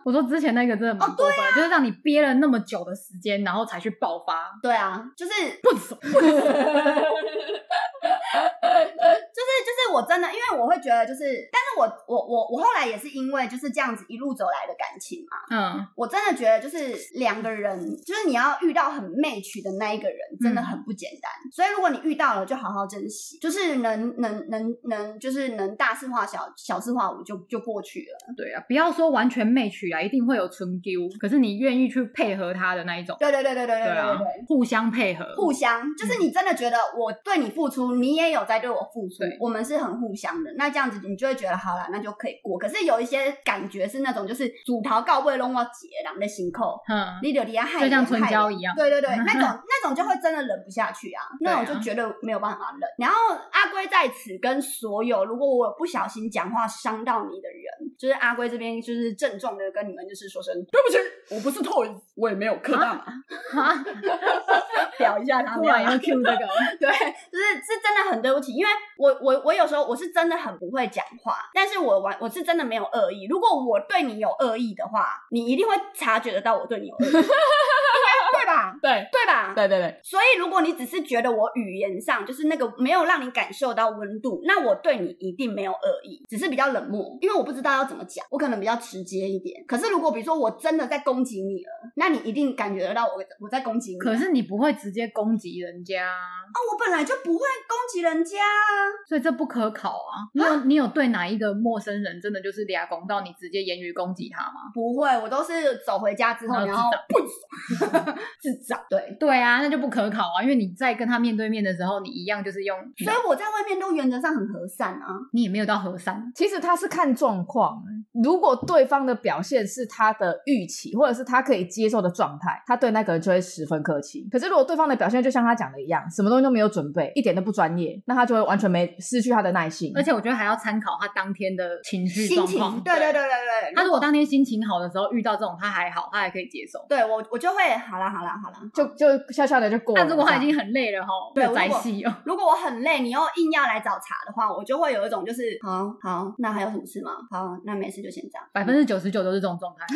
[SPEAKER 3] 我说之前那个真的
[SPEAKER 2] 嗯
[SPEAKER 3] 蛮
[SPEAKER 2] 哦
[SPEAKER 3] 过分的，就是让你憋了那么久的时间，然后才去爆发，
[SPEAKER 2] 对啊，就是
[SPEAKER 3] 不爽。
[SPEAKER 2] 就是就是是我真的，因为我会觉得就是，但是我我我我后来也是因为就是这样子一路走来的感情嘛，
[SPEAKER 3] 嗯，
[SPEAKER 2] 我真的觉得就是两个人，就是你要遇到很 match 的那一个人，真的很不简单。所以如果你遇到了，就好好珍惜，就是能能能能，就是能大事化小，小事化无就就过去了。
[SPEAKER 3] 对啊，不要说完全 match 啊，一定会有纯丢，可是你愿意去配合他的那一种，
[SPEAKER 2] 对对对对对对对
[SPEAKER 3] 啊
[SPEAKER 2] 对对。，
[SPEAKER 3] 互相配合，
[SPEAKER 2] 互相，就是你真的觉得我对你付出，你也有在对我付出
[SPEAKER 3] 对，
[SPEAKER 2] 我们是很互相的。那这样子，你就会觉得好了，那就可以过。可是有一些感觉是那种，就是主逃告慰拢我结人的心口，
[SPEAKER 3] 嗯，
[SPEAKER 2] 你就底下害
[SPEAKER 3] 就像
[SPEAKER 2] 人
[SPEAKER 3] 春
[SPEAKER 2] 害
[SPEAKER 3] 娇
[SPEAKER 2] 人
[SPEAKER 3] 一样嗯
[SPEAKER 2] 对对对，那种那种就会真的忍不下去啊，
[SPEAKER 3] 对啊
[SPEAKER 2] 那种就绝对没有办法忍。然后阿龟在此跟所有，如果我不小心讲话伤到你的人，就是阿龟这边就是郑重的跟你们就是说声
[SPEAKER 1] 对不起，我不是 Toys，我也没有磕到嘛。
[SPEAKER 3] 哈，
[SPEAKER 2] 表一下他们，
[SPEAKER 3] 啊突然要 Q 这个，
[SPEAKER 2] 对，就是是真的很对不起，因为我我我有时候我是真的很不会讲话，但是我完我是真的没有恶意。如果我对你有恶意的话，你一定会察觉得到我对你有恶意，应该对吧？
[SPEAKER 1] 对，
[SPEAKER 2] 对吧？
[SPEAKER 1] 对对对，
[SPEAKER 2] 所以，如果你只是觉得我语言上就是那个没有让你感受到温度，那我对你一定没有恶意，只是比较冷漠，因为我不知道要怎么讲，我可能比较直接一点。可是，如果比如说我真的在攻击你了，那你一定感觉得到我我在攻击你。
[SPEAKER 3] 可是你不会直接攻击人家啊，
[SPEAKER 2] 啊，我本来就不会攻击人家啊。
[SPEAKER 3] 所以这不可考啊。你有你有对哪一个陌生人真的就是俩公到你直接言语攻击他吗？
[SPEAKER 2] 不会，我都是走回家之后，
[SPEAKER 3] 然
[SPEAKER 2] 然
[SPEAKER 3] 后
[SPEAKER 2] 后不 自找。对，
[SPEAKER 3] 对啊，那就不可考啊，因为你在跟他面对面的时候，你一样就是用，
[SPEAKER 2] 所以我在外面都原则上很和善啊。
[SPEAKER 3] 你也没有到和
[SPEAKER 2] 嗯
[SPEAKER 3] 善，
[SPEAKER 1] 其实他是看状况，如果对方的表现是他的预期，或者是他可以接受的状态，他对那个人就会十分客气。可是如果对方的表现就像他讲的一样，什么东西都没有准备，一点都不专业，那他就会完全没失去他的耐心。
[SPEAKER 3] 而且我觉得还要参考他当天的情绪
[SPEAKER 2] 心
[SPEAKER 3] 状
[SPEAKER 2] 情
[SPEAKER 3] 况。，
[SPEAKER 2] 对对对对对。
[SPEAKER 3] 他如果当天心情好的时候遇到这种，他还好，他还可以接受。
[SPEAKER 2] 对我我就会好啦好啦好啦。
[SPEAKER 1] 就就笑笑的就过了。
[SPEAKER 3] 但如果他已经很累了哈，
[SPEAKER 2] 对
[SPEAKER 3] 有宅
[SPEAKER 2] 如果
[SPEAKER 3] 戏哦，
[SPEAKER 2] 如果我很累，你又硬要来找茬的话，我就会有一种就是好好，那还有什么事吗？好，那没事就先这样。
[SPEAKER 3] 百分之九十九都是这种状态，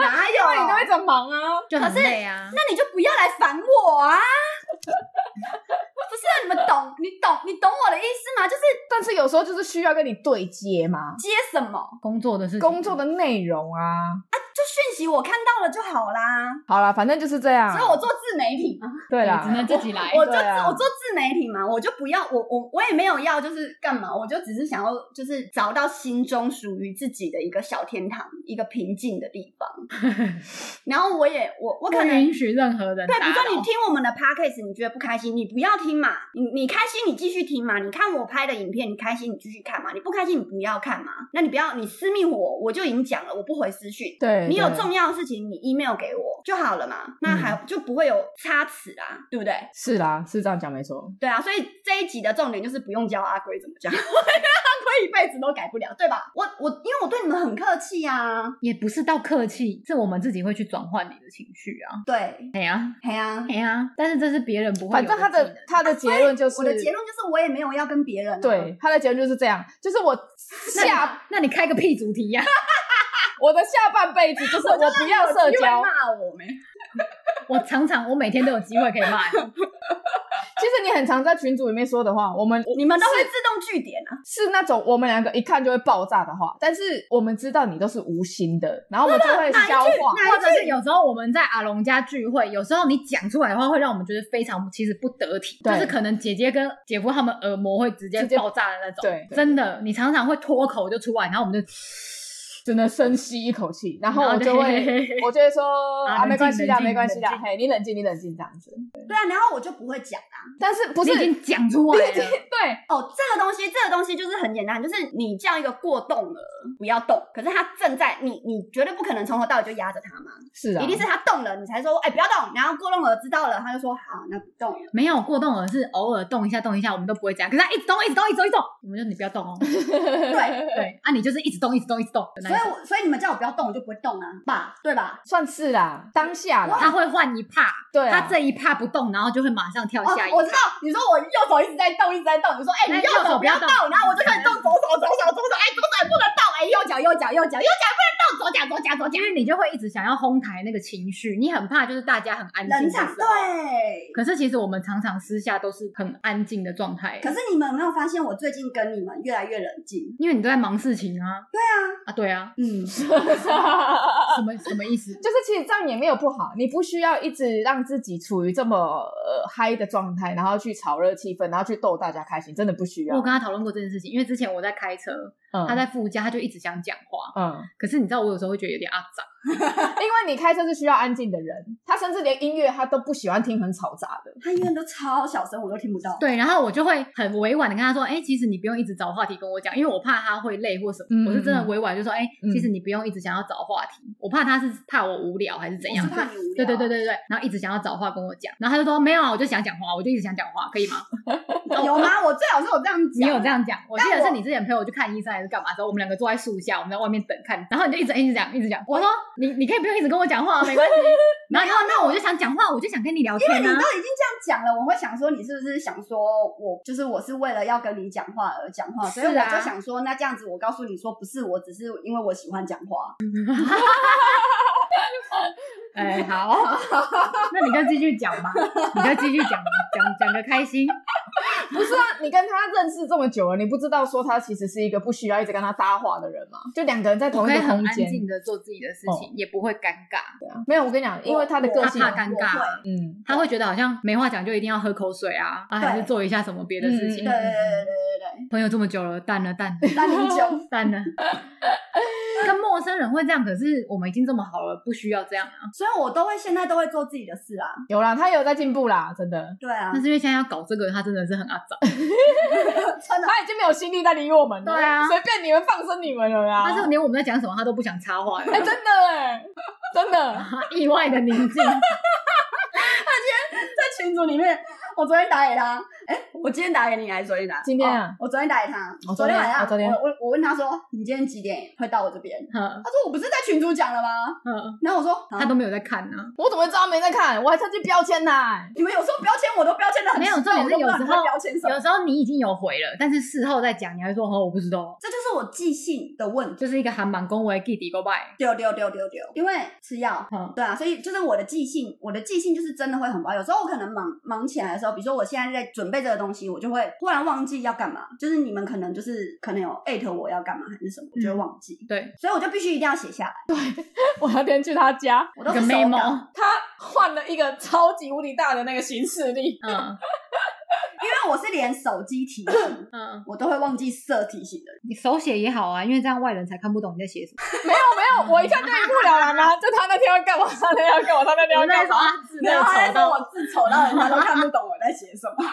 [SPEAKER 2] 哪有？
[SPEAKER 1] 你都会怎么忙啊？
[SPEAKER 3] 就很累啊。
[SPEAKER 2] 那你就不要来烦我啊！ 不是啊，你们懂你懂你懂我的意思吗？就是
[SPEAKER 1] 但是有时候就是需要跟你对接嘛，
[SPEAKER 2] 接什么
[SPEAKER 3] 工作的事情，
[SPEAKER 1] 工作的内容啊。
[SPEAKER 2] 就讯息我看到了就好啦。
[SPEAKER 1] 好啦，反正就是这样。
[SPEAKER 2] 所以我做自媒体嘛。
[SPEAKER 1] 对
[SPEAKER 3] 对
[SPEAKER 1] 啦
[SPEAKER 3] 只，能自己来。
[SPEAKER 2] 我就
[SPEAKER 1] 对
[SPEAKER 2] 自、
[SPEAKER 1] 啊
[SPEAKER 2] 我做自媒体嘛，我就不要我我我也没有要就是干嘛，我就只是想要就是找到心中属于自己的一个小天堂，一个平静的地 方。然后我也我我
[SPEAKER 3] 不
[SPEAKER 2] 可能
[SPEAKER 3] 允许任何人打
[SPEAKER 2] 对，比如说你
[SPEAKER 3] 扰
[SPEAKER 2] 听
[SPEAKER 1] 哦
[SPEAKER 2] 我们的 podcast，你觉得不开心，你不要听嘛，你你开心你继续听嘛，你看我拍的影片，你开心你继续看嘛，你不开心你不要看嘛，那你不要你私密我，我就已经讲了，我不回私讯。
[SPEAKER 1] 对
[SPEAKER 2] 你有
[SPEAKER 1] 对嗯
[SPEAKER 2] 重要的事情，你 email 给我就好了嘛，那还、就不会有差池啦，对不对？
[SPEAKER 1] 是啦，是这样讲没错。
[SPEAKER 2] 对啊，所以这一集的重点就是不用教 阿龟怎么讲，阿龟一辈子都改不了，对吧？我我因为我对你们很客气啊，
[SPEAKER 3] 也不是到客气，是我们自己会去转换你的情绪啊。
[SPEAKER 2] 对，
[SPEAKER 3] 哎呀，
[SPEAKER 2] 嘿啊。
[SPEAKER 3] 哎呀，但是这是别人不会
[SPEAKER 1] 反
[SPEAKER 3] 有
[SPEAKER 1] 正他
[SPEAKER 3] 的
[SPEAKER 1] 的
[SPEAKER 3] 技能。
[SPEAKER 1] 他的结论就是，
[SPEAKER 2] 我的结论就是我也没有要跟别人、啊，
[SPEAKER 1] 对他的结论就是这样，就是我
[SPEAKER 3] 那你
[SPEAKER 1] 下
[SPEAKER 3] 那你开个屁主题呀、
[SPEAKER 1] 我的下半辈子就是我不要社
[SPEAKER 2] 有机会
[SPEAKER 1] 交。
[SPEAKER 2] 骂我没？
[SPEAKER 3] 我常常我每天都有机会可以骂 你，
[SPEAKER 1] 其实你很常在群组里面说的话，我们
[SPEAKER 2] 你们都会自动据点啊，
[SPEAKER 1] 是那种我们两个一看就会爆炸的话，但是我们知道你都是无心的，然后我们就会消化。
[SPEAKER 3] 或者是有时候我们在阿龙家聚会，有时候你讲出来的话会让我们觉得非常其实不得体，就
[SPEAKER 1] 对
[SPEAKER 3] 是可能姐姐跟姐夫他们耳膜会直接
[SPEAKER 1] 直接
[SPEAKER 3] 爆炸的那种。
[SPEAKER 1] 对对
[SPEAKER 3] 真的，你常常会脱口就出来，然后我们就
[SPEAKER 1] 只能深吸一口气，然后我
[SPEAKER 3] 然后就
[SPEAKER 1] 就会
[SPEAKER 3] 嘿嘿嘿，
[SPEAKER 1] 我就会说
[SPEAKER 3] 啊
[SPEAKER 1] 啊，
[SPEAKER 3] 冷
[SPEAKER 1] 没关
[SPEAKER 3] 静
[SPEAKER 1] 系啦，
[SPEAKER 3] 冷静
[SPEAKER 1] 没关系啦
[SPEAKER 3] 冷，静
[SPEAKER 1] 嘿，你冷静，你冷静这样子。
[SPEAKER 2] 对啊，然后我就不会讲啊。
[SPEAKER 1] 但是不
[SPEAKER 3] 你
[SPEAKER 1] 是
[SPEAKER 3] 已经讲出来
[SPEAKER 1] 对
[SPEAKER 3] 了，
[SPEAKER 2] 哦，这个东西，这个东西就是很简单，就是你叫一个过动了不要动，可是他正在你，你绝对不可能从头到尾就压着他嘛，
[SPEAKER 1] 是啊，
[SPEAKER 2] 一定是他动了，你才说哎、不要动，然后过动了知道了，他就说好，那不动了。
[SPEAKER 3] 没有过动而是偶尔动一下动一下，我们都不会 讲。可是他一直动，一直动，一直动，一直动，我们就你不要动哦。
[SPEAKER 2] 对，
[SPEAKER 3] 对啊，你就是一直动，一直动，一直动的那那
[SPEAKER 2] 所
[SPEAKER 3] 一
[SPEAKER 2] 以
[SPEAKER 3] 种，
[SPEAKER 2] 我所以你们叫我不要动，我就不会动啊，吧，对吧？
[SPEAKER 1] 算是啦，当下啦，
[SPEAKER 3] 他会换一帕，
[SPEAKER 1] 对啊
[SPEAKER 3] 他这一帕不动，然后就会马上跳
[SPEAKER 2] 哦
[SPEAKER 3] 下一，
[SPEAKER 2] 我知
[SPEAKER 3] 帕。
[SPEAKER 2] 道，你说我右手一直在动，一直在动，你说哎、
[SPEAKER 3] 那
[SPEAKER 2] 你右
[SPEAKER 3] 右手
[SPEAKER 2] 手不
[SPEAKER 3] 不要
[SPEAKER 2] 要动
[SPEAKER 3] 动，嗯
[SPEAKER 2] 然后我就开始动左手，左手，左手，哎、左手也不能动，哎、右脚，右脚，右脚，右脚也不能动，左脚，左脚，左脚
[SPEAKER 3] 就，是你就会一直想要哄抬那个情绪，你很怕就是大家很安静
[SPEAKER 2] 冷
[SPEAKER 3] 的时候
[SPEAKER 2] 场，。对。
[SPEAKER 3] 可是其实我们常常私下都是很安静的状态，
[SPEAKER 2] 可是你们有没有发现，我最近跟你们越来越冷静？
[SPEAKER 3] 因为你都在忙事情啊。对
[SPEAKER 2] 啊，
[SPEAKER 3] 啊对啊，
[SPEAKER 2] 嗯，
[SPEAKER 3] 什么什么意思？
[SPEAKER 1] 就是其实这样也没有不好，你不需要一直让自己处于这么呃嗨的状态，然后去炒热气氛，然后去逗大家开心，真的不需
[SPEAKER 3] 我
[SPEAKER 1] 要
[SPEAKER 3] 有。跟他讨论过这件事情，因为之前我在开车，
[SPEAKER 1] 嗯
[SPEAKER 3] 他在副驾，他就一直想讲话。
[SPEAKER 1] 嗯，
[SPEAKER 3] 可是你知道，我有时候会觉得有点阿杂，
[SPEAKER 1] 因为你开车是需要安静的人，他甚至连音乐他都不喜欢听很嘈杂 的。
[SPEAKER 2] 他永远都超小声，我都听不到。
[SPEAKER 3] 对，然后我就会很委婉的跟他说，哎、其实你不用一直找话题跟我讲，因为我怕他会累或什么。
[SPEAKER 1] 嗯
[SPEAKER 3] 我是真的委婉就说，哎、
[SPEAKER 1] 嗯
[SPEAKER 3] 其实你不用一直想要找话题，我怕他是怕我无聊还是怎
[SPEAKER 2] 我
[SPEAKER 3] 样
[SPEAKER 2] 是
[SPEAKER 3] 的。
[SPEAKER 2] 怕你无聊。
[SPEAKER 3] 对对对对对，然后一直想要找话跟我讲，然后他就说没有啊，我就想讲话，我就一直想讲话，可以吗？
[SPEAKER 2] 对，有吗？我最好是我这样讲。
[SPEAKER 3] 你有这样讲，我记得
[SPEAKER 2] 但我
[SPEAKER 3] 是你之前陪我去看医生还是干嘛的时候，我们两个坐在树下，我们在外面等看，然后你就一直一直讲一直讲，我说你你可以不用一直跟我讲话，没关系。然后他说那我就想讲话，我就想跟你聊天
[SPEAKER 2] 哎你都
[SPEAKER 3] 啊。
[SPEAKER 2] 已经这样讲了，我会想说你是不是想说我就是我是为了要跟你讲话而讲话，所以我
[SPEAKER 3] 是啊
[SPEAKER 2] 就想说那这样子，我告诉你说不是，我只是因为我喜欢讲话。
[SPEAKER 3] 哎， 好，那你就继续讲吧，你就继续讲，讲讲的开心。
[SPEAKER 1] 不是啊，你跟他认识这么久了，你不知道说他其实是一个不需要一直跟他搭话的人嘛？就两个人在
[SPEAKER 3] 我
[SPEAKER 1] 同
[SPEAKER 3] 可
[SPEAKER 1] 一
[SPEAKER 3] 以
[SPEAKER 1] 个空
[SPEAKER 3] 很安
[SPEAKER 1] 间，啊
[SPEAKER 3] 静的做自己的事情，也不会尴尬。
[SPEAKER 1] 没有我跟你讲，因为他的个性
[SPEAKER 3] 我，怕尴尬
[SPEAKER 2] 我会
[SPEAKER 1] 嗯，
[SPEAKER 3] 他会觉得好像没话讲就一定要喝口水啊，啊，还是
[SPEAKER 2] 对
[SPEAKER 3] 做一下什么别的事情
[SPEAKER 2] 对。对对对
[SPEAKER 3] 朋友这么久了，淡了 淡了。
[SPEAKER 2] 对对，那你就
[SPEAKER 3] 蛋了。跟陌生人会这样，可是我们已经这么好了，不需要这样啊。
[SPEAKER 2] 所以我都会现在都会做自己的事啊。
[SPEAKER 1] 有啦，他有在进步啦，真的，
[SPEAKER 2] 对啊
[SPEAKER 3] 但，是因为现在要搞这个，他真的是很阿杂，
[SPEAKER 2] 真的。
[SPEAKER 1] 他已经没有心力在理我们了，
[SPEAKER 3] 对啊
[SPEAKER 1] 随便你们放生你们了啦。
[SPEAKER 3] 他是连我们在讲什么他都不想插话的
[SPEAKER 1] 哎、，真的哎、真的，
[SPEAKER 3] 意外的宁静。
[SPEAKER 2] 在群组里面，我昨天打给他，哎、我今天打给你还是昨天打？
[SPEAKER 1] 今天啊
[SPEAKER 2] 哦我昨天打给他，
[SPEAKER 1] 哦
[SPEAKER 2] 昨
[SPEAKER 1] 昨天
[SPEAKER 2] 晚上，
[SPEAKER 1] 哦昨天
[SPEAKER 2] 我我我问他说，你今天几点会到我这边？
[SPEAKER 3] 嗯
[SPEAKER 2] 他说我不是在群主讲了吗？
[SPEAKER 3] 嗯，
[SPEAKER 2] 然后我说，啊
[SPEAKER 3] 他都没有在看呢。
[SPEAKER 1] 我怎么会知道没在看？我还特地标签哎呢、
[SPEAKER 2] 你们有时候标签我都标签的很
[SPEAKER 3] 没有
[SPEAKER 2] 奇怪
[SPEAKER 3] 重点是
[SPEAKER 2] 我都不知道你们在
[SPEAKER 3] 有时候
[SPEAKER 2] 标签什么
[SPEAKER 3] 有，时候你已经有回了，但是事后再讲，你还说哦我不知道，
[SPEAKER 2] 这就是我记性的问题。
[SPEAKER 3] 就是一个韩版恭维 g i d go by。
[SPEAKER 2] 丢丢丢丢丢，因为吃药，
[SPEAKER 3] 嗯
[SPEAKER 2] 对啊，所以就是我的记性，我的记性就是真的会很不好。有时候我可能忙忙起来的时候，比如说我现在在准备这个东西，我就会忽然忘记要干嘛。就是你们可能就是可能有艾特我要干嘛还是什么，
[SPEAKER 3] 嗯
[SPEAKER 2] 我就会忘记，
[SPEAKER 3] 对，
[SPEAKER 2] 所以我就必须一定要写下来。
[SPEAKER 1] 我那天去他家，
[SPEAKER 2] 我
[SPEAKER 3] 一
[SPEAKER 2] 都
[SPEAKER 3] 个
[SPEAKER 2] 是手稿
[SPEAKER 3] memo，
[SPEAKER 1] 他换了一个超级无敌大的那个行事历，
[SPEAKER 3] 嗯
[SPEAKER 2] 因为我是连手机提醒
[SPEAKER 3] 嗯，
[SPEAKER 2] 我都会忘记设提醒的人。
[SPEAKER 3] 你手写也好啊，因为这样外人才看不懂你在写什么。
[SPEAKER 1] 没有没有，我一看就一目了然啊，就他那天要干嘛，他那天要干嘛，他那天要
[SPEAKER 3] 我在
[SPEAKER 1] 干
[SPEAKER 3] 说
[SPEAKER 1] 嘛，
[SPEAKER 3] 啊字
[SPEAKER 2] 然后他
[SPEAKER 3] 在丑
[SPEAKER 2] 在说
[SPEAKER 3] 到，
[SPEAKER 2] 我字丑到人家都看不懂我在写什么，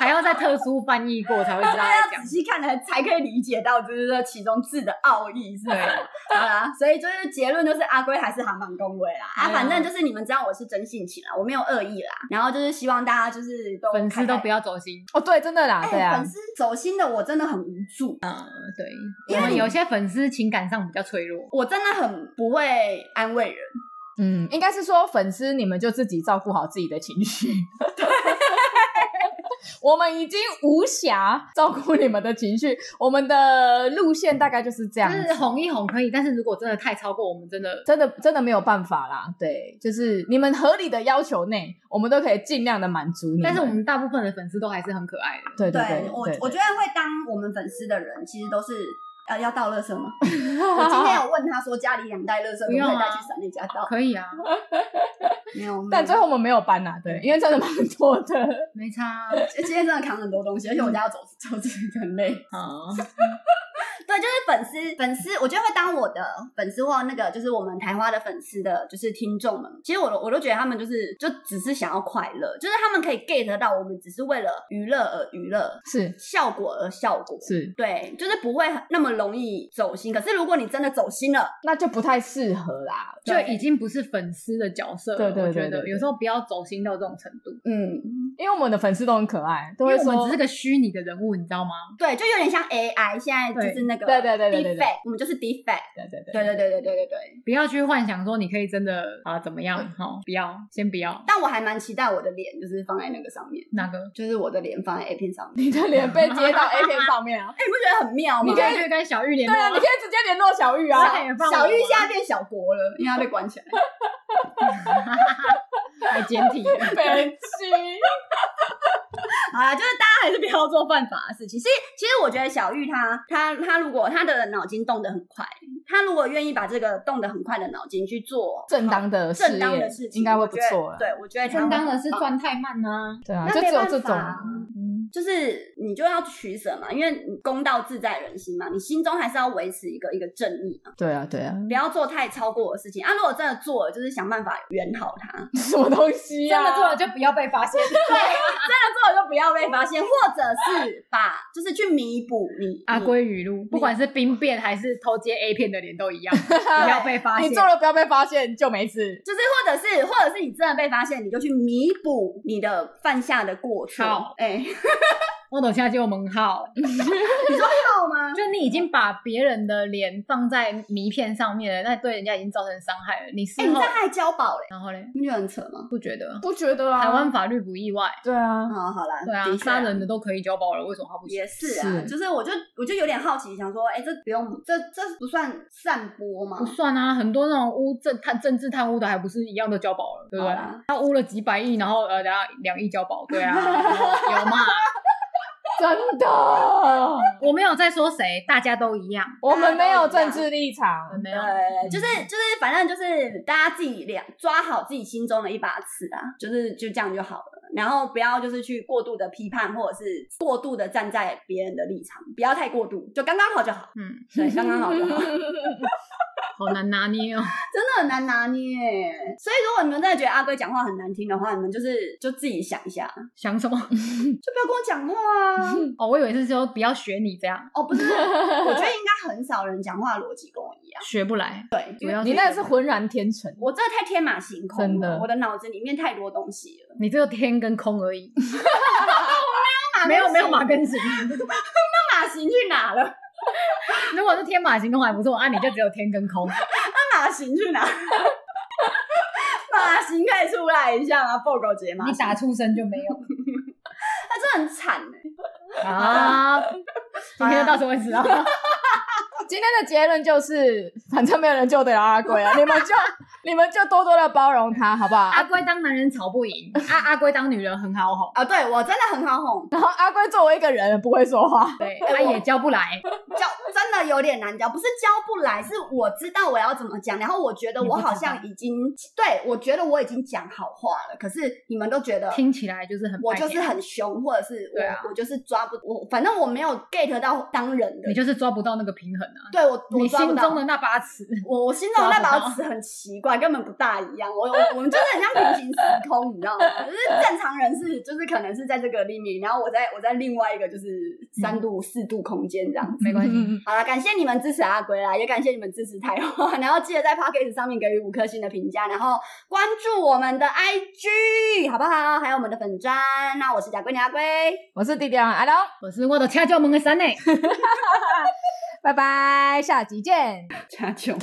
[SPEAKER 3] 还要在特殊翻译过才 会知道
[SPEAKER 2] 大
[SPEAKER 3] 在
[SPEAKER 2] 家
[SPEAKER 3] 讲
[SPEAKER 2] 仔。细看才才可以理解到，就是这其中字的奥义是
[SPEAKER 3] 对。
[SPEAKER 2] 好啦，所以就是结论就是阿龟还是韩版恭维啦啊，
[SPEAKER 3] 嗯
[SPEAKER 2] 反正就是你们知道我是真性情啦，我没有恶意啦，然后就是希望大家就是都
[SPEAKER 3] 粉丝都不
[SPEAKER 2] 要。
[SPEAKER 3] 要走心。
[SPEAKER 1] 哦，对，真的啦，对
[SPEAKER 2] 哎、
[SPEAKER 1] 啊
[SPEAKER 2] 粉，丝走心的我真的很无助，
[SPEAKER 3] 嗯对，
[SPEAKER 2] 因
[SPEAKER 3] 我
[SPEAKER 2] 为
[SPEAKER 3] 们
[SPEAKER 2] 你
[SPEAKER 3] 有些粉丝情感上比较脆弱。
[SPEAKER 2] 我真的很不会安慰人。
[SPEAKER 1] 嗯，应该是说粉丝你们就自己照顾好自己的情绪。我们已经无暇照顾你们的情绪，我们的路线大概就是这
[SPEAKER 3] 就
[SPEAKER 1] 样子。
[SPEAKER 3] 是哄一哄可以，但是如果真的太超过，我们真的
[SPEAKER 1] 真的真的没有办法啦，对，就是你们合理的要求内，我们都可以尽量的满足你。
[SPEAKER 3] 但是我们大部分的粉丝都还是很可爱的。
[SPEAKER 1] 对对对，
[SPEAKER 2] 我
[SPEAKER 1] 对
[SPEAKER 2] 我觉得会当我们粉丝的人，其实都是呃要倒垃圾吗？ 我今天有问他说家里两袋垃圾，可不
[SPEAKER 3] 不用
[SPEAKER 2] 可
[SPEAKER 3] 啊
[SPEAKER 2] 以带去闪那家
[SPEAKER 1] 哦
[SPEAKER 2] 倒？
[SPEAKER 3] 可以啊，
[SPEAKER 2] 没有，
[SPEAKER 1] 但最
[SPEAKER 2] 后
[SPEAKER 1] 后我们没有搬呐、
[SPEAKER 2] 嗯
[SPEAKER 1] 对，因为真的蛮多的。
[SPEAKER 3] 没差啊。
[SPEAKER 2] 今天真的扛很多东西，而且我家要走走这个很累。对，就是粉丝粉丝，我觉得会当我的粉丝或那个就是我们台花的粉丝的，就是听众们，其实我都我都觉得他们就是就只是想要快乐，就是他们可以 get 到我们只是为了娱乐而娱乐，
[SPEAKER 1] 是
[SPEAKER 2] 效果而效果。
[SPEAKER 1] 是，
[SPEAKER 2] 对，就是不会那么容易走心。可是如果你真的走心了，
[SPEAKER 1] 那就不太适合啦。
[SPEAKER 3] 就
[SPEAKER 2] 对
[SPEAKER 3] 已经不是粉丝的角色了。
[SPEAKER 1] 对对对
[SPEAKER 3] 我觉
[SPEAKER 1] 对
[SPEAKER 3] 得
[SPEAKER 1] 对
[SPEAKER 3] 有时候不要走心到这种程度。
[SPEAKER 2] 嗯，
[SPEAKER 1] 因为我们的粉丝都很可爱，都会
[SPEAKER 3] 因为我
[SPEAKER 1] 说
[SPEAKER 3] 们只是个虚拟的人物，你知道吗？
[SPEAKER 2] 对，就有点像 AI，现在就是那个
[SPEAKER 1] 对对对对对对
[SPEAKER 2] defect，我们就是 defect，
[SPEAKER 1] 对对
[SPEAKER 2] 对
[SPEAKER 1] 对，
[SPEAKER 2] 对对对对对对。
[SPEAKER 3] 不要去幻想说你可以真的啊怎么样，好、不要，先不要
[SPEAKER 2] 但我还蛮期待我的脸就是放在那个上面，
[SPEAKER 3] 那个。
[SPEAKER 2] 就是我的脸放在 A 片上面，
[SPEAKER 1] 你的脸被接 到 A 片上面啊，
[SPEAKER 2] 哎，你不觉得很妙吗？
[SPEAKER 3] 你可以去跟小玉联
[SPEAKER 1] 对
[SPEAKER 3] 络
[SPEAKER 1] 啊，你
[SPEAKER 3] 啊
[SPEAKER 1] 可，以直接联络小玉啊
[SPEAKER 3] 是，哎放我
[SPEAKER 2] 小玉现在变小国了，因为她被关起来。
[SPEAKER 3] 还简体的。
[SPEAKER 1] 本期。
[SPEAKER 2] 好啦，就是大家还是不要做犯法的事情。其实，其实我觉得小玉她她她如果她的脑筋动得很快，她如果愿意把这个动得很快的脑筋去做
[SPEAKER 1] 正当的事业
[SPEAKER 2] 正当的事情，
[SPEAKER 1] 应该会不错
[SPEAKER 2] 我
[SPEAKER 1] 了
[SPEAKER 2] 觉。得对，我觉得她
[SPEAKER 3] 正当的是赚太慢呢、
[SPEAKER 1] 对啊，
[SPEAKER 2] 那
[SPEAKER 1] 就
[SPEAKER 2] 没
[SPEAKER 1] 只有
[SPEAKER 2] 办
[SPEAKER 1] 这种
[SPEAKER 2] 法啊，
[SPEAKER 1] 嗯，
[SPEAKER 2] 就是你就要取舍嘛，因为公道自在人心嘛，你心中还是要维持一个一个正义嘛，
[SPEAKER 1] 对啊，对啊，
[SPEAKER 2] 不要做太超过的事情啊。如果真的做了，就是想办法圆好它，
[SPEAKER 1] 什么东西啊？
[SPEAKER 3] 真的做了就不要被发现。
[SPEAKER 2] 那做了就不要被发现，或者是把就是去弥补你
[SPEAKER 3] 阿
[SPEAKER 2] 你
[SPEAKER 3] 龟啊语录，不管是兵变还是偷接 A 片的脸都一样，不要被发现。
[SPEAKER 1] 你做了不要被发现就没事。
[SPEAKER 2] 就是或者是或者是你真的被发现，你就去弥补你的犯下的过错。
[SPEAKER 3] 好
[SPEAKER 2] 哎、
[SPEAKER 3] 我等下接我们号，
[SPEAKER 2] 好 吗？
[SPEAKER 3] 就你已经把别人的脸放在泥片上面了，那对人家已经造成伤害了。你事
[SPEAKER 2] 哎、你
[SPEAKER 3] 后，
[SPEAKER 2] 这还交保嘞，
[SPEAKER 3] 然后嘞，
[SPEAKER 2] 你不觉得很扯吗？
[SPEAKER 3] 不觉得？
[SPEAKER 1] 不觉得啊？
[SPEAKER 3] 台湾法律不意外，
[SPEAKER 1] 对 啊，
[SPEAKER 2] 啊，好啦，
[SPEAKER 3] 对啊，
[SPEAKER 2] 的确
[SPEAKER 3] 杀人的都可以交保了，为什么他不行？
[SPEAKER 2] 也是啊，
[SPEAKER 1] 是
[SPEAKER 2] 就是我就我就有点好奇，想说，哎、这不用，这这不算散播吗
[SPEAKER 3] 不？算啊，很多那种污政贪政治贪污的，还不是一样都交保了，对不对啊
[SPEAKER 2] 好啦？
[SPEAKER 3] 他污了几百亿，然后呃，然后两亿交保，对啊，有嘛？
[SPEAKER 1] 真的，
[SPEAKER 3] 我没有在说谁，大家都一样，
[SPEAKER 1] 我们没有政治立场，
[SPEAKER 3] 没有。
[SPEAKER 1] 嗯
[SPEAKER 2] 对，就是就是，反正就是大家自己两抓好自己心中的一把尺啊，就是就这样就好了。然后不要就是去过度的批判，或者是过度的站在别人的立场，不要太过度，就刚刚好就好。
[SPEAKER 3] 嗯，
[SPEAKER 2] 对，刚刚好就好。
[SPEAKER 3] 好难拿捏哦。
[SPEAKER 2] 真的很难拿捏。所以如果你们真的觉得阿龟讲话很难听的话，你们就是就自己想一下，就
[SPEAKER 3] 想什么？
[SPEAKER 2] 不要跟我讲话 啊。
[SPEAKER 3] 哦，我以为是说不要学你这样，
[SPEAKER 2] 哦，不是，我觉得应该很少人讲话的逻辑跟我一样。
[SPEAKER 3] 学不来。
[SPEAKER 2] 对，
[SPEAKER 3] 主要
[SPEAKER 1] 你那个是浑然天成。
[SPEAKER 2] 我这太天马行空
[SPEAKER 1] 真
[SPEAKER 2] 了，
[SPEAKER 1] 的
[SPEAKER 2] 我的脑子里面太多东西了。
[SPEAKER 3] 你只有天跟空而已，
[SPEAKER 2] 马
[SPEAKER 3] 没有没有
[SPEAKER 2] 跟
[SPEAKER 3] 马跟行。
[SPEAKER 2] 那马行去哪了？
[SPEAKER 3] 如果是天马行空还不错，啊，你就只有天跟空。
[SPEAKER 2] 那马行去哪？马行可以出来一下吗？报告节马
[SPEAKER 3] 你
[SPEAKER 2] 行，
[SPEAKER 3] 打出生就没有
[SPEAKER 2] 他真的很惨哎、
[SPEAKER 3] 啊。今天就到此为止啊。
[SPEAKER 1] 今天的结论就是，反正没有人救得了阿贵啊，你 们就你们就多多的包容他，好不好？
[SPEAKER 3] 阿龟当男人吵不赢，阿阿龟当女人很好哄，
[SPEAKER 2] 啊，对我真的很好哄，
[SPEAKER 1] 然后阿贵作为一个人不会说话，
[SPEAKER 3] 对，他也教不来。
[SPEAKER 2] 教真的有点难教，不是教不来，是我知道我要怎么讲，然后我觉得我好像已经对我觉得我已经讲好话了，可是你们都觉得
[SPEAKER 3] 听起来就是很
[SPEAKER 2] 我
[SPEAKER 3] 白
[SPEAKER 2] 就是
[SPEAKER 3] 眼
[SPEAKER 2] 很凶，或者是我、
[SPEAKER 3] 对啊
[SPEAKER 2] 我就是抓不我，反正我没有 get 到当人的
[SPEAKER 3] 你，就是抓不到那个平衡啊。
[SPEAKER 2] 对我我
[SPEAKER 3] 你
[SPEAKER 2] 抓不
[SPEAKER 3] 心
[SPEAKER 2] 到
[SPEAKER 3] 中的那 把尺，
[SPEAKER 2] 我我心中的那
[SPEAKER 3] 抓
[SPEAKER 2] 把
[SPEAKER 3] 不
[SPEAKER 2] 尺很奇怪，根本不大一样，我我我们就是很像平行时空，你知道 吗？就是正常人是就是可能是在这个里面，然后我在我在另外一个就是三
[SPEAKER 3] 嗯
[SPEAKER 2] 度四度空间这样子。
[SPEAKER 3] 没关系。
[SPEAKER 1] 嗯
[SPEAKER 2] 好了，感谢你们支持阿龟啦，也感谢你们支持台湾， 然后记得在 p o c k e t 上面给予五颗星的评价，然后关注我们的 IG 好不好？还有我们的粉砖。那我是贾龟你阿龟，
[SPEAKER 1] 我是弟弟啊阿龙，
[SPEAKER 3] 我是我的掐叫门的三内。
[SPEAKER 1] 拜拜，下集见。
[SPEAKER 2] 加琼。